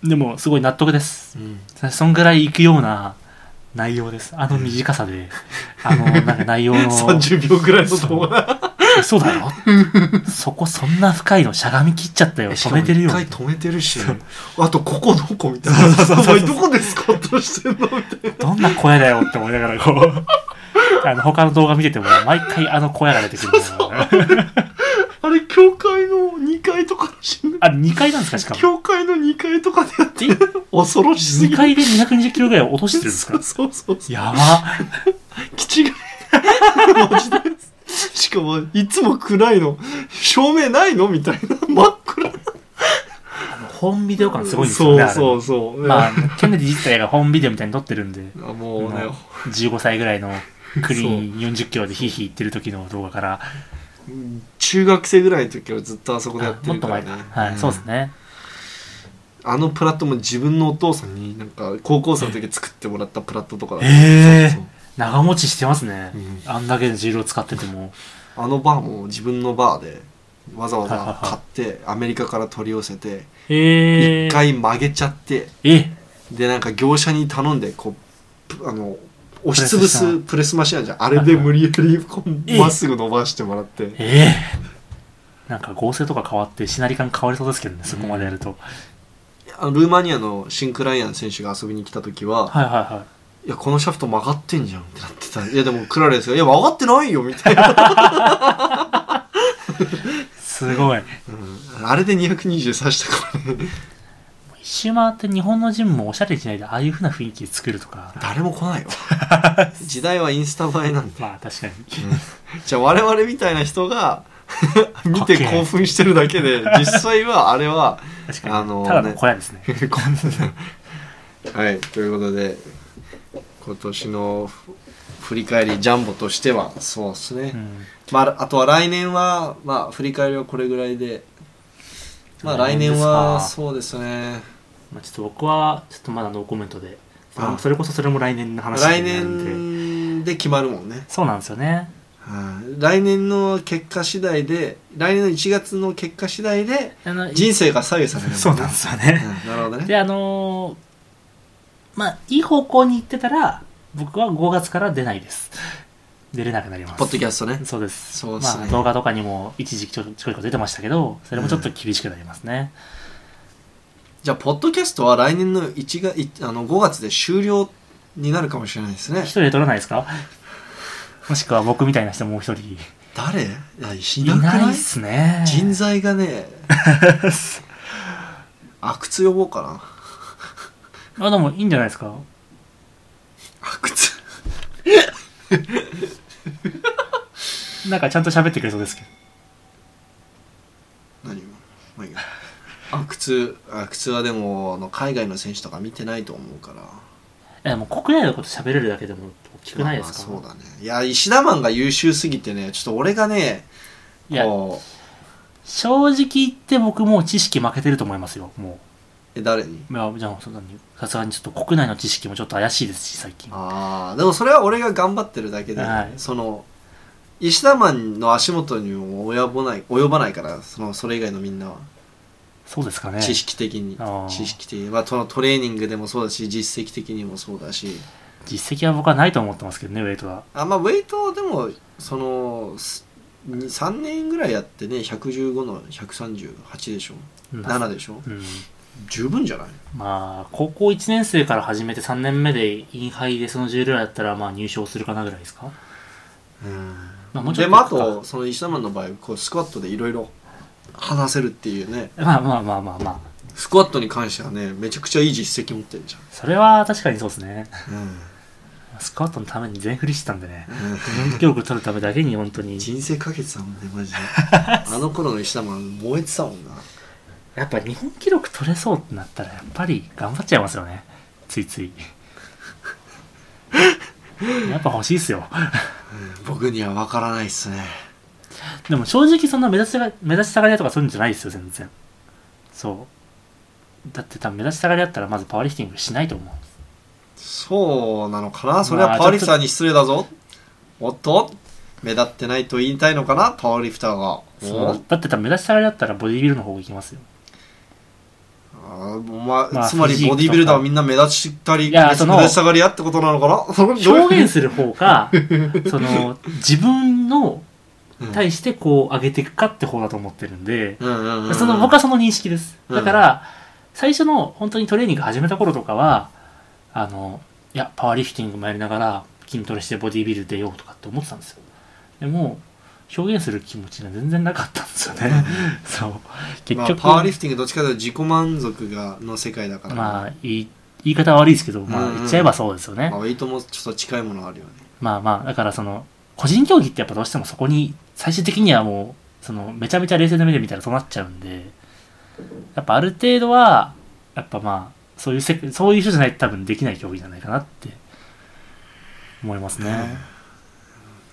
S2: でもすごい納得です
S1: うん、
S2: そんぐらいいくような内容ですあの短さ であのなんか内容の
S1: 30秒ぐらいの動画
S2: そうだよそこそんな深いのしゃがみ切っちゃったよ止めてるよ
S1: 一回止めてるしあとここどこみたいなお前どこでスクワットしてんのみたいな
S2: どんな小屋だよって思いながらこ うあの他の動画見てても毎回あの小屋が出てくるから
S1: あれ教会の2階とからしいんだ
S2: あれ2階なんですかしかも
S1: 教会の2階とかでやってる恐ろしすぎ
S2: 2
S1: る
S2: 階で220キロぐらい落としてるんです
S1: そ
S2: か
S1: うそうそうそう
S2: やば
S1: 気違いマジでしかもいつも暗いの照明ないのみたいな真っ暗
S2: 本ビデオ感すごいんですよね
S1: そうそう
S2: そ
S1: そう、
S2: まあケネディ自体が本ビデオみたいに撮ってるんで
S1: あもうね
S2: も15歳ぐら いのクリーン40キロでヒーヒー言ってる時の動画から
S1: 中学生ぐらいの時からずっとあそこでや
S2: あ
S1: って
S2: も
S1: る
S2: っと
S1: から
S2: 前
S1: ね
S2: かはい、そうですね
S1: あのプラットも自分のお父さんになんか高校生の時作ってもらったプラットとかだった
S2: ええ
S1: そう
S2: 長持ちしてますね、
S1: うん
S2: あんだけのジールを使ってても
S1: あのバーも自分のバーでわざわざ買ってアメリカから取り寄せて
S2: え
S1: 一回曲げちゃって
S2: え
S1: でなんか業者に頼んでこうぷあの押しつぶ
S2: プレスした
S1: すプレスマシンあるじゃんあれで無理やりこう
S2: え
S1: まっすぐ伸ばしてもらって
S2: ええなんか合成とか変わってシナリ感変わりそうですけどねそこまでやると、
S1: あのルーマニアのシンクライアン選手が遊びに来た時は
S2: はいはいは
S1: 「
S2: い
S1: いやこのシャフト曲がってんじゃん」ってなってた「いやでもクラレスが「いや曲がってないよ」みたいな、
S2: すごい
S1: うんあれで220刺したからね
S2: 一周回って日本のジムもおしゃれにしないでああいう風な雰囲気作るとか
S1: 誰も来ないよ 時代はインスタ映えなんで
S2: まあ確かに
S1: じゃあ我々みたいな人が 見て
S2: かっけえ
S1: 興奮してるだけで実際はあれは
S2: 確かに、
S1: あのーね
S2: ただの小屋ですね
S1: こんな はいということで今年のふ振り返りジャンボとしてはそうですね、
S2: うん
S1: まあ、あとは来年は、まあ、振り返りはこれぐらいで、まあ、来
S2: 来年
S1: 年
S2: ですか
S1: はそうですね
S2: まあ、ちょっと僕はちょっとまだノーコメントでその
S1: あ
S2: それこそそれも来年の話
S1: 来
S2: になるんで
S1: 年で決まるもんね
S2: そうなんですよね
S1: はい来年の結果次第で来年の1月の結果次第で
S2: あの
S1: 人生が左右されるもんね
S2: そうなんですよね、
S1: うんなるほどね
S2: であのーまあいい方向に行ってたら僕は5月から出ないです出れなくなります
S1: ポッドキャストね
S2: そうです
S1: そうっすね
S2: まあ、動画とかにも一時期ちょちょいこ出てましたけどそれもちょっと厳しくなりますね、
S1: じゃあポッドキャストは来年の1月いあの5月で終了になるかもしれないですね
S2: 一人で撮らないですかもしくは僕みたいな人もう一人
S1: 誰いやい
S2: い
S1: なくない
S2: ないっすね
S1: 人材がね阿久津呼ぼうかな
S2: あでもいいんじゃないですか
S1: 阿久津
S2: なんかちゃんと喋ってくれそうですけど
S1: 何今 まあいいや阿久津阿久津はでもあの海外の選手とか見てないと思うから
S2: えもう国内のこと喋れるだけでも大きくないですか、
S1: まあまあそうだねいや石田マンが優秀すぎてねちょっと俺がね
S2: いや
S1: こ
S2: 正直言って僕もう知識負けてると思いますよも
S1: うえ誰に
S2: ういやじゃあそんなにさすがにちょっと国内の知識もちょっと怪しいですし最近
S1: ああでもそれは俺が頑張ってるだけで、
S2: はい
S1: その石田マンの足元にも及ばない及ばないからそのそれ以外のみんなは
S2: そうですかね
S1: 知識的に、
S2: あー
S1: 知識的に、まあ、そのトレーニングでもそうだし実績的にもそうだし
S2: 実績は僕はないと思ってますけどねウェイトは
S1: あまあウェイトはでもそのすに3年ぐらいやってね115の138でしょ
S2: うん
S1: 7でしょ
S2: うん
S1: 十分じゃない
S2: まあ高校1年生から始めて3年目でインハイでその重量やったらまあ入賞するかなぐらいですか、まあ、もうちょ
S1: で
S2: っと
S1: まああ
S2: いくか
S1: とその石田マンの場合こうスクワットでいろいろ話せるっていうね
S2: まあまあまあまあまあ
S1: スクワットに関してはねめちゃくちゃいい実績持ってんじ
S2: それは確かにそうですね
S1: ゃん、
S2: スクワットのために全振りしてたんでね
S1: うん
S2: 運動力取るためだけに本当に
S1: 人生かけてたもんねマ ジであの頃の石田マン燃えてたもんな
S2: やっぱ日本記録取れそうってなったらやっぱり頑張っちゃいますよねついつい やっぱ欲しいっすよ
S1: 僕には分からないっすね
S2: でも正直そんな目指しが目指したがりだとかそういうんじゃないですよ全然そうだって多分目指したがりだったらまずパワーリフティングしないと思う
S1: そうなのかなそれはパワーリフターに失礼だぞおっと目立ってないと言いたいのかなパワーリフターが
S2: そうだって多分目指したがりだったらボディビルの方行きますよ
S1: あーまあ
S2: まあ
S1: つまり
S2: フィジークとか
S1: ボディビルダーはみんな目立ちたり
S2: い
S1: 目
S2: や
S1: 立
S2: その
S1: ち下がりやってことなのかな
S2: 表現する方 かその自分の
S1: うん
S2: 対してこう上げていくかって方だと思ってるんで、
S1: うんうんうん
S2: その僕はその認識です。
S1: うん
S2: だから、最初の本当にトレーニング始めた頃とかは、あの、いや、パワーリフティングもやりながら筋トレしてボディビル出ようとかって思ってたんですよ。でも、表現する気持ちが全然なかったんですよね。 そう。結
S1: まあ
S2: 局、
S1: パワーリフティングどっちかというと自己満足がの世界だから、
S2: まあ、いい言い方は悪いですけど、ま
S1: う
S2: あ、
S1: んうん
S2: 言っちゃえばそうですよね。
S1: まあウェイトもちょっと近いものあるよね
S2: まあまあ、だからその、個人競技ってやっぱどうしてもそこに、最終的にはもう、その、めちゃめちゃ冷静な目で見たらそうなっちゃうんで、やっぱある程度は、やっぱまあ、そういうせ、そういう人じゃないと多分できない競技じゃないかなって、思いますね。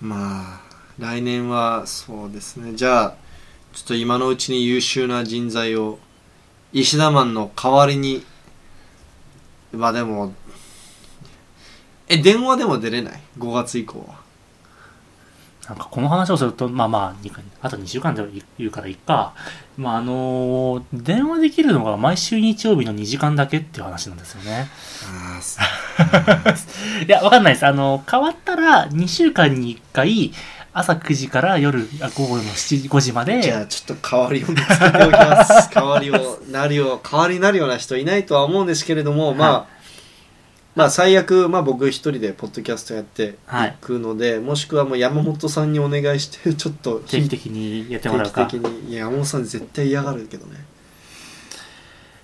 S1: まあ来年はそうですねじゃあちょっと今のうちに優秀な人材を石田マンの代わりにまあでもえ電話でも出れない5月以降は
S2: なんかこの話をすると、まあまあ、にあと2週間で言うからいっか。まああのー電話できるのが毎週日曜日の2時間だけっていう話なんですよね。
S1: あー
S2: いや、わかんないです。あの、変わったら2週間に1回、朝9時から夜、あ午後の7時、5時ま
S1: じゃ
S2: で、
S1: あちょっと代わりを見つけておき ます代わりをなるよ代わりになるような人いないとは思うんですけれども、まあまあ最悪、まあ、僕一人でポッドキャストやって
S2: はい
S1: いくので、もしくはもう山本さんにお願いしてちょっと
S2: 定期的にやってもら
S1: 定
S2: う
S1: 期
S2: か
S1: 的。にいや山本さん絶対嫌がるけどね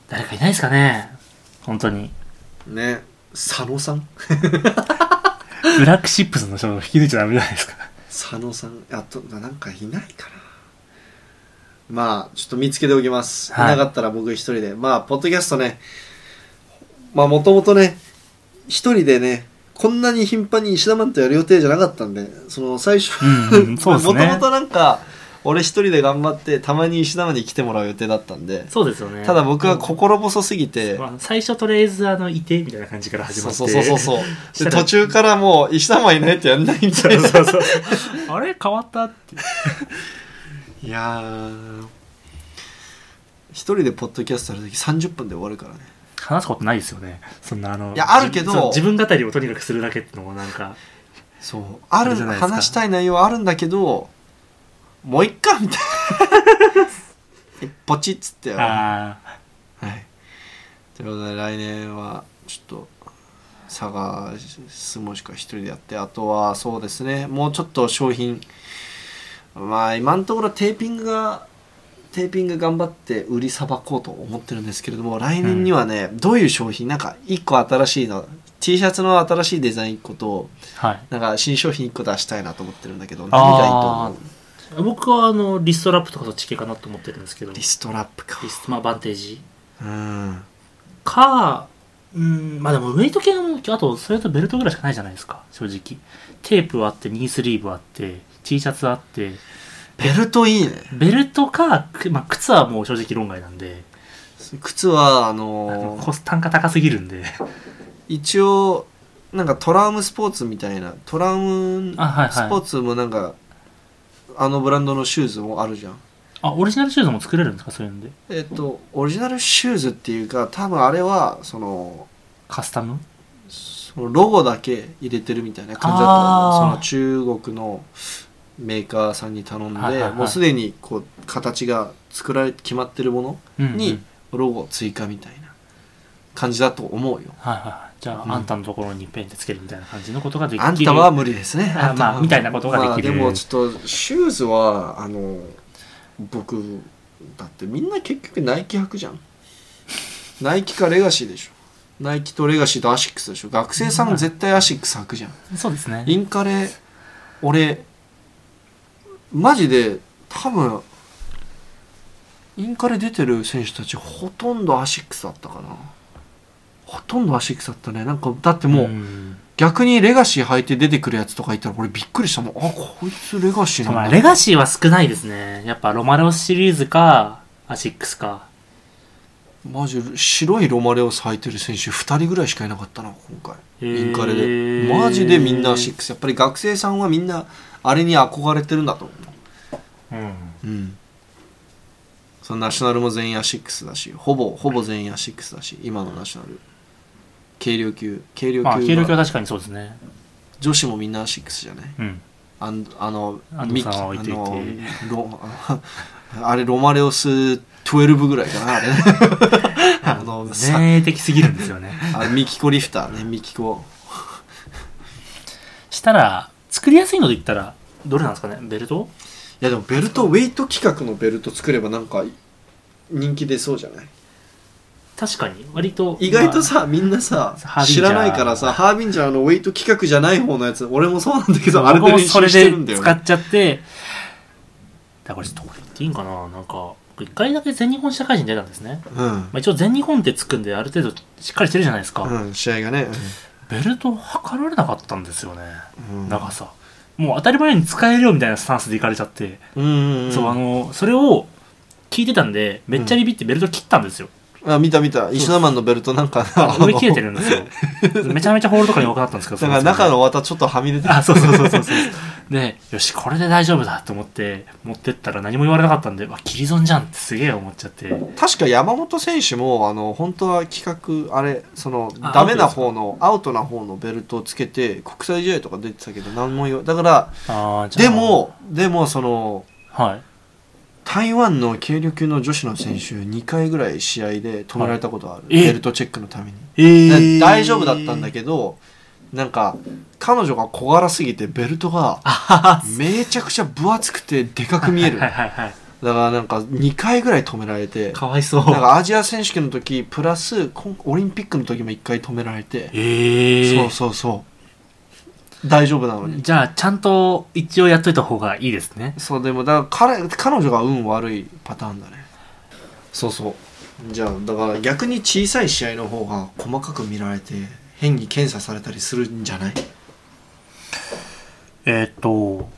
S2: 誰かいないですかね本当に。
S1: ね佐野さん
S2: ブラックシップスの人を引き抜いちゃダメじゃないで すか。
S1: 佐野さんあとなんかいないかなまあちょっと見つけておきます、
S2: はい
S1: い、なかったら僕一人でまあポッドキャストねまあもともとね一人でねこんなに頻繁に石田マンとやる予定じゃなかったんでその最初
S2: うんうんそうですね
S1: もともとなんか俺一人で頑張ってたまに石田マンに来てもらう予定だったんで
S2: そうですよね。
S1: ただ僕は心細すぎて、
S2: まあ、最初とりあえず、あの、いて、みたいな感じから始ま
S1: そう
S2: って。
S1: そうそうそうそう
S2: し
S1: で
S2: たら
S1: 途中からもう石田マンいないとやんないみたいな
S2: そうそう あれ変わったって。
S1: いやー一人でポッドキャストやるとき30分で終わるからね
S2: 話すことないですよね。そんなあの。
S1: いやあるけど
S2: じそう自分語りをとにかくするだけってのもなんか。
S1: そうあ
S2: あ
S1: る
S2: れじゃないですか
S1: 話したい内容はあるんだけどもういっかみたいなポチッつっては
S2: ああ。
S1: いということで来年はちょっと探すもしくは一人でやってあとはそうですねもうちょっと商品まあ今のところテーピングがテーピング頑張って売りさばこうと思ってるんですけれども来年にはね、どういう商品なんか1個新しいの T シャツの新しいデザイン1個と
S2: はい。
S1: なんか新商品1個出したいなと思ってるんだけど何
S2: あー
S1: がいいと思う
S2: 僕は、あの、リストラップとかそっち系かなと思ってるんですけど。
S1: リ
S2: リス
S1: ストラップか
S2: ト、まあ、バンテージ。
S1: うん
S2: か、うん、まあでもウェイト系も、あと、それとベルトぐらいしかないじゃないですか、正直。テープあって、ニースリーブあって、T シャツあって、
S1: ベルトいいね
S2: ベルトか、くまあ、靴はもう正直論外なんで、
S1: 靴はあ
S2: あの
S1: のー
S2: コス単価高すぎるんで。
S1: 一応なんかトラウムスポーツみたいなトラウム
S2: あ、はい
S1: スポー
S2: はい。
S1: ツもなんかあのブランドのシューズもあるじゃん
S2: あ、オリジナルシューズも作れるんですか、そういうので。
S1: えっとオリジナルシューズっていうか多分あれはその
S2: カスタム
S1: そのロゴだけ入れてるみたいな感じだった
S2: あー
S1: のその中国のメーカーさんに頼んで、
S2: はいはいはい
S1: もうすでにこう形が作られ決まってるも
S2: うん、
S1: の
S2: う
S1: に
S2: ん
S1: ロゴ追加みたいな感じだと思うよ、
S2: はいはいはい。じゃあ、
S1: うん
S2: あんたのところにペンってつけるみたいな感じのことができる。
S1: あんたは無理ですね
S2: あ
S1: んたは
S2: まあみたいなことができる
S1: まあ、でもちょっとシューズはあの僕だってみんな結局ナイキ履くじゃんナイキかレガシーでしょナイキとレガシーとアシックスでしょ学生さん絶対アシックス履くじゃん
S2: そうですね。
S1: インカレ俺マジで多分インカレ出てる選手たちほとんどアシックスだったかなほとんどアシックスだったねなんかだってもう、
S2: ん
S1: 逆にレガシー履いて出てくるやつとかいたら俺びっくりしたもんあこいつレガシー
S2: ま
S1: な
S2: あ、
S1: ん
S2: レ
S1: だ
S2: ガシーは少ないですね。やっぱ、ロマレオシリーズか、アシックスか。
S1: マジ白いロマレオス履いてる選手2人ぐらいしかいなかったな今
S2: へ
S1: 回
S2: ー
S1: インカレでマジでみんなアシックスやっぱり学生さんはみんなあれに憧れてるんだと思
S2: うん。
S1: ううんそのナショナルも全員アシックスだしほぼほぼ全員アシックスだし今のナショナル軽量級軽量
S2: まあ、軽
S1: 級
S2: 量級は
S1: は
S2: 確かにそうですね。
S1: 女子もみんなアシックスじゃない
S2: うん。
S1: あんあの
S2: 安藤
S1: ミ
S2: さ
S1: キ
S2: ん
S1: あ
S2: は置いといて
S1: のロ ああれロマレオス12ぐらいか なあれあのさ
S2: 前衛的すぎるんですよね。
S1: あミキコリフターねミキコ
S2: したら、作りやすいので言ったら、どれなんですかねベルト
S1: いやでもベルトウェイト企画のベルト作ればなんか人気出そうじゃない
S2: 確かに、割と。
S1: 意外と、さみんなさ
S2: ハービン
S1: 知
S2: ジャー
S1: らないからさハービンジャーのウェイト企画じゃない方のやつ俺もそうなんだけ
S2: ま
S1: ど
S2: あ、
S1: あれ
S2: 僕
S1: で
S2: も
S1: 練習
S2: それ
S1: してるんだ
S2: で
S1: よ
S2: 使
S1: ね
S2: っちゃって、だからこれちょっとこれ言っていいんかななんか、一回だけ全日本社会人出たんですね。
S1: うん
S2: まあ、一応全日本ってつくんで、ある程度しっかりしてるじゃないですか。
S1: うん試合がね
S2: ベルト測られなかったんですよね。
S1: うん
S2: 長さもう当たり前に使えるよみたいなスタンスでいかれちゃって、
S1: うんうんうん
S2: そうあのそれを聞いてたんでめっちゃビビってベルト切ったんですよ、
S1: あ見た見た石田マンのベルトなんかな
S2: 追い切れてるんです よ。めちゃめちゃホールとかに多かったんですけ
S1: だ
S2: ど、
S1: から中の綿ちょっとはみ出てる
S2: あ、そうそうそうそうそう。で、よし、これで大丈夫だと思って、持ってったら何も言われなかったんで、わ、キリゾンじゃんってすげえ思っちゃって。
S1: 確か山本選手もあの本当は企画あれその
S2: あ
S1: ダメな方のアウトな方のベルトをつけて国際試合とか出てたけど何も言わだから
S2: あーじゃあ
S1: で、もでもその
S2: はい。
S1: 台湾の軽量級の女子の選手2回ぐらい試合で止められたことある、
S2: はいえ
S1: ベルトチェックのために、
S2: え
S1: で大丈夫だったんだけどなんか彼女が小柄すぎてベルトがめちゃくちゃ分厚くてでかく見える
S2: は
S1: だ
S2: い
S1: か
S2: はいはい。
S1: らなんか2回ぐらい止められて
S2: かわいそう。
S1: なんかアジア選手権の時プラス今オリンピックの時も1回止められて、
S2: ええ
S1: そうそうそう大丈夫なのに、
S2: じゃあ、ちゃんと一応やっといた方がいいですね。
S1: そうでもだから彼彼女が運悪いパターンだねそうそうじゃあだから逆に小さい試合の方が細かく見られて変に検査されたりするんじゃない
S2: えーっと、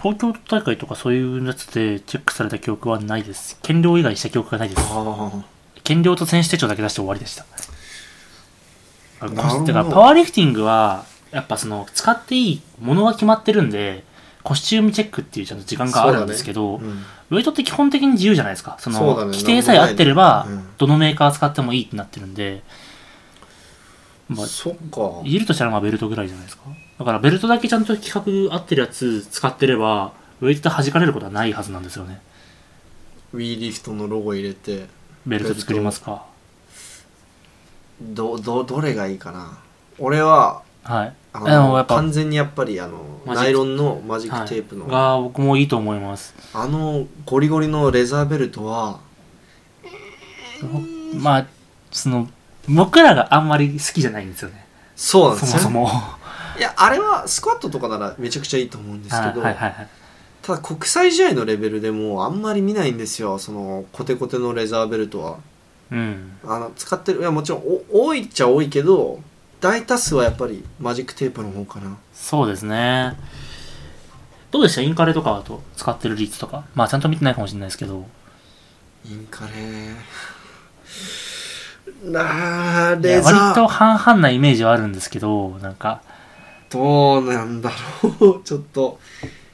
S2: 東京大会とかそういうやつでチェックされた記憶はないです。減量以外した記憶がないです。
S1: あ
S2: 減量と選手手帳だけ出して終わりでした。あ
S1: なるほど
S2: だからパワーリフティングは、やっぱその使っていいものが決まってるんで、コスチュームチェックっていうちゃんと時間があるんですけ
S1: あ、
S2: ど、
S1: うん
S2: ウェイトって基本的に自由じゃないですか。その
S1: そうだね
S2: 規定さえ合ってれば、
S1: なんもないねうん
S2: どのメーカー使ってもいいってなってるんで、まあ、
S1: そっか
S2: 言えるとしたらまあベルトぐらいじゃないですか。だからベルトだけちゃんと規格合ってるやつ使ってれば、ウェイトで弾かれることはないはずなんですよね。
S1: ウィーリフトのロゴ入れて
S2: ベルト作りますか。
S1: どどどれがいいかな俺は
S2: はい。
S1: あ
S2: でも
S1: の
S2: やっぱ
S1: 完全にやっぱりあの
S2: マジック
S1: ナイロンのマジッ
S2: は
S1: ク
S2: い
S1: テープの、
S2: が僕もいいと思います。
S1: あのゴリゴリのレザーベルトは
S2: まあ、その、僕らがあんまり好きじゃないんですよね。
S1: そう
S2: そ
S1: なん
S2: も
S1: ですよね
S2: そも。
S1: いやあれはスクワットとかならめちゃくちゃいいと思うんですけ
S2: はい
S1: ど、
S2: はいはい。
S1: ただ国際試合のレベルでもあんまり見ないんですよそのコテコテのレザーベルトは
S2: うん。
S1: あの使ってるいやもちろんお多いっちゃ多いけど大多数はやっぱりマジックテープの方かな
S2: そうですね。どうでしたインカレとかだと使ってる率とか。まあ、ちゃんと見てないかもしれないですけど。
S1: インカレなあ
S2: い
S1: レ
S2: や
S1: ザ
S2: 割
S1: ー
S2: と半々なイメージはあるんですけど、なんか、
S1: どうなんだろうちょっと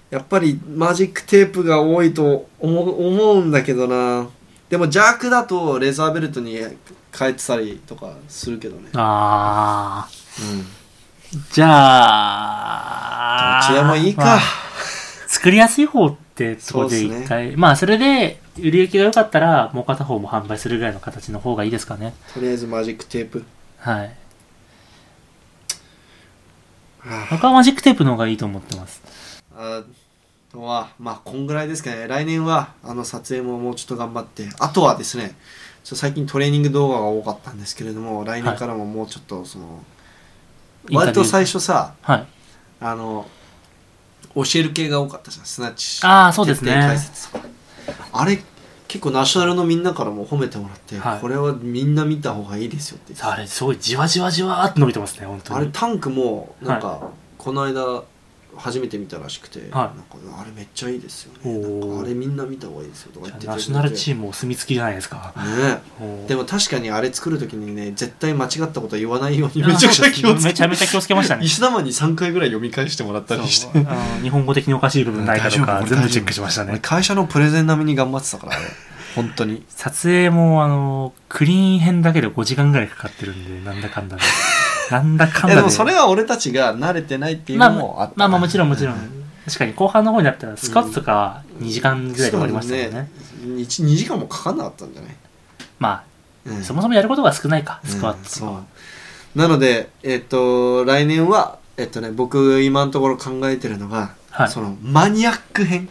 S1: やっぱりマジックテープが多いと思う思うんだけどなでも邪悪だとレザーベルトに変えてたりとかするけどね、
S2: あ
S1: うん、ど
S2: ー。じゃあ、
S1: っちでもいいか、
S2: まあ作りやすい方ってと
S1: そう
S2: こで
S1: っす
S2: 一
S1: ね
S2: 回、まあそれで売り行きが良かったらもう片方も販売するぐらいの形の方がいいですかね
S1: とりあえずマジックテープ、
S2: はい
S1: は
S2: 僕はマジックテープの方がいいと思ってます
S1: あ、あとはまあこんぐらいですかね来年はあの撮影ももうちょっと頑張ってあとはですねちょっと最近トレーニング動画が多かったんですけれども来年からももうちょっとその、
S2: インタビュー
S1: 割と最初さ
S2: はい
S1: あの教える系が多かったじゃんスナッチ
S2: ああそうですね
S1: 徹底解説とかあれ結構ナショナルのみんなからも褒めてもらって、
S2: はい
S1: これはみんな見た方がいいですよって言って
S2: さああれすごいじわじわじわーっと伸びてますね本当
S1: あれ
S2: に
S1: タンクもなんか、この間初めて見たらしくて、
S2: い
S1: なんかあれめっちゃいいですよね
S2: おー
S1: なんかあれみんな見た方がいいですよとか言ってて
S2: ナショナルチ
S1: ー
S2: ームお墨付きじゃないですか
S1: ムね
S2: もう
S1: でも確かにあれ作る時にね絶対間違ったことは言わない ようにめちゃくちゃ気をつけ
S2: めち
S1: て、
S2: ゃめちゃ気をつけましたね
S1: 石田マンに3回ぐらい読み返してもらったりして
S2: そうあの日本語的におかしい部分ないかと
S1: 大
S2: か
S1: 丈夫
S2: 全部チェックしました
S1: 俺
S2: ね
S1: 会社のプレゼン並みに頑張ってたからあ れ本当に
S2: 撮影もあのクリーン編だけで5時間ぐらいかかってるんでなんだか んだでなんだか
S1: いや
S2: んだで
S1: でもそれは俺たちが慣れてないっていう
S2: まあ
S1: のもあった、
S2: まあまあもちろんもちろん。確かに後半の方になったらスカッツとか2時間ぐらいかかりましたもんね。
S1: 2時間もかかんなかったんじゃない、
S2: ま
S1: う
S2: あ、
S1: ん
S2: そもそもやることが少ないか、
S1: うん
S2: スクワットとかは。
S1: そうなのでえっ、と来年はえっ、とね僕今のところ考えてるのが、
S2: はい
S1: そのマニアック編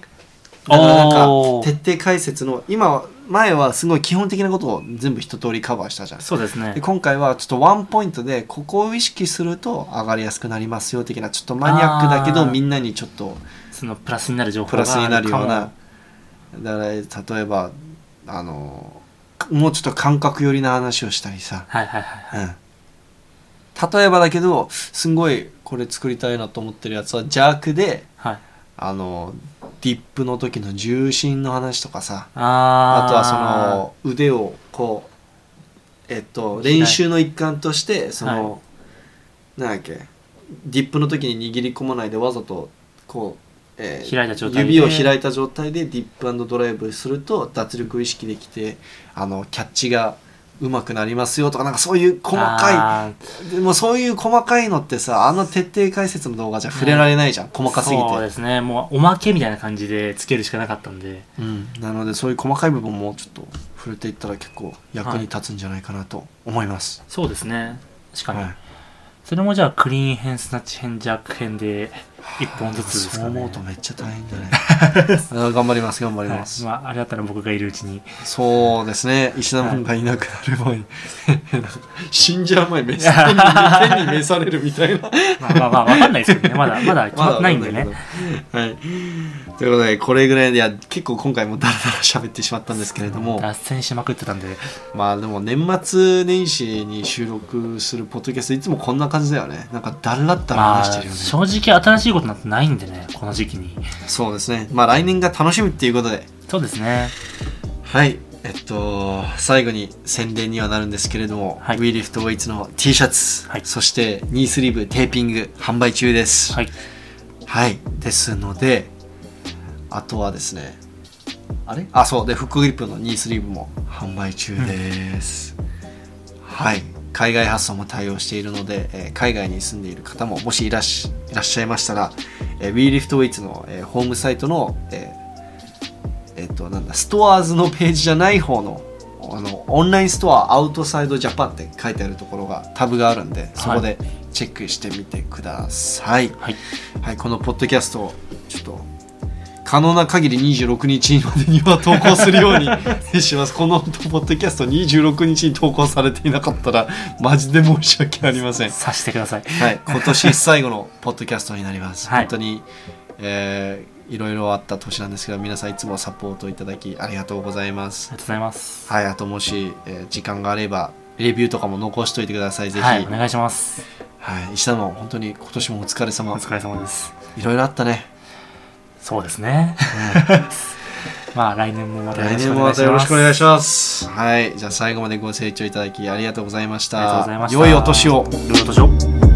S1: だからなんか
S2: おー
S1: 徹底解説の今は前はすごい基本的なことを全部一通りカバーしたじゃん
S2: そうですね
S1: で。今回はちょっとワンポイントでここを意識すると上がりやすくなりますよ的なちょっとマニアックだけ
S2: あ
S1: ど
S2: ー
S1: みんなにちょっと
S2: そのプラスになる情報
S1: プ
S2: が
S1: ラスにな
S2: あ
S1: る
S2: るか
S1: よ
S2: も
S1: うなだから例えばあのもうちょっと感覚寄りな話をしたりさ、
S2: はいはいはい。
S1: うん、例えばだけどすんごいこれ作りたいなと思ってるやつは邪悪で
S2: はい。
S1: あのディップの時の重心の話とかさ
S2: あ
S1: あ
S2: ー
S1: とはその腕をこうえっと
S2: しない
S1: 練習の一環としてその、
S2: は
S1: なんだっけディップの時に握り込まないでわざとこう、えー
S2: 開いた状態で
S1: 指を開いた状態でディップドライブすると脱力を意識できてあのキャッチがうまくなりますよとかなんかそういう細か
S2: あー
S1: いでもそういう細かいのってさあの徹底解説の動画じゃ触れられないじゃん、細かすぎて
S2: そうですねもうおまけみたいな感じでつけるしかなかったんで
S1: うん、なのでそういう細かい部分もちょっと触れていったら結構役に立つんじゃないかなと思います。
S2: そうですね確か
S1: はい
S2: に、それもじゃあクリーン編スナッチ編ジャック編で1本ずつで
S1: そ
S2: す
S1: う
S2: かね
S1: 思うとめっちゃ大変 だね。あ頑張ります頑張り
S2: はい
S1: ます、
S2: まあ、あれだったら僕がいるうちに
S1: そうですね石田君がいなくなる前に 死んじゃう前に目線に手に召されるみたいな。
S2: まあまあまあわかんないですけどね まだまだ決まってないんでね、
S1: はい。ということでこれぐらいでいや結構今回もダラダラ喋ってしまったんですけれども。
S2: 脱線しまくってたんで
S1: まあでも年末年始に収録するポッドキャストいつもこんな感じだよねなんかだらったら
S2: まあ
S1: 話してるよね、
S2: 正直新しいことなんてないんでねこの時期に
S1: そうですねまあ来年が楽しみっていうことで
S2: そうですね
S1: はいえっと最後に宣伝にはなるんですけれども、
S2: はい
S1: WeLiftWeights の T シャツ、
S2: はい
S1: そしてニースリーブテーピング販売中です
S2: はい
S1: はい、ですのであとはですねあれあそうでフックグリップのニースリーブも販売中です、はい海外発送も対応しているので、えー海外に住んでいる方ももしいらっしいらっしゃいましたら、えー、WeLiftWeights の、えーホームサイトの、えーえっとなんだストアーズのページじゃない方のあのオンラインストアアウトサイドジャパンって書いてあるところがタブがあるんでそこでチェックしてみてください
S2: はい
S1: はい、このポッドキャストをちょっと可能な限り26日までには投稿するよう にしますこのポッドキャスト26日に投稿されていなかったらマジで申し訳ありません、
S2: さしてください
S1: はい、今年最後のポッドキャストになります、
S2: はい
S1: 本当に、えーいろいろあった年なんですけど皆さんいつもサポートいただきありがとうございます
S2: ありがとうございます
S1: はいあともし、えー時間があればレビューとかも残しといてくださいぜひ、
S2: はいお願いします
S1: はい、石田も本当に今年もお疲れ様
S2: お疲れ様です
S1: いろいろあったね
S2: そうですね まあ来年もまた
S1: 来
S2: よろしく
S1: 年
S2: お
S1: も
S2: 願
S1: ま
S2: いしたます
S1: よろしくお願いします。はい。じゃあ最後までご清聴いただきありがとうございました。
S2: ありがとうございました
S1: 良いお年を。
S2: どうぞどうぞ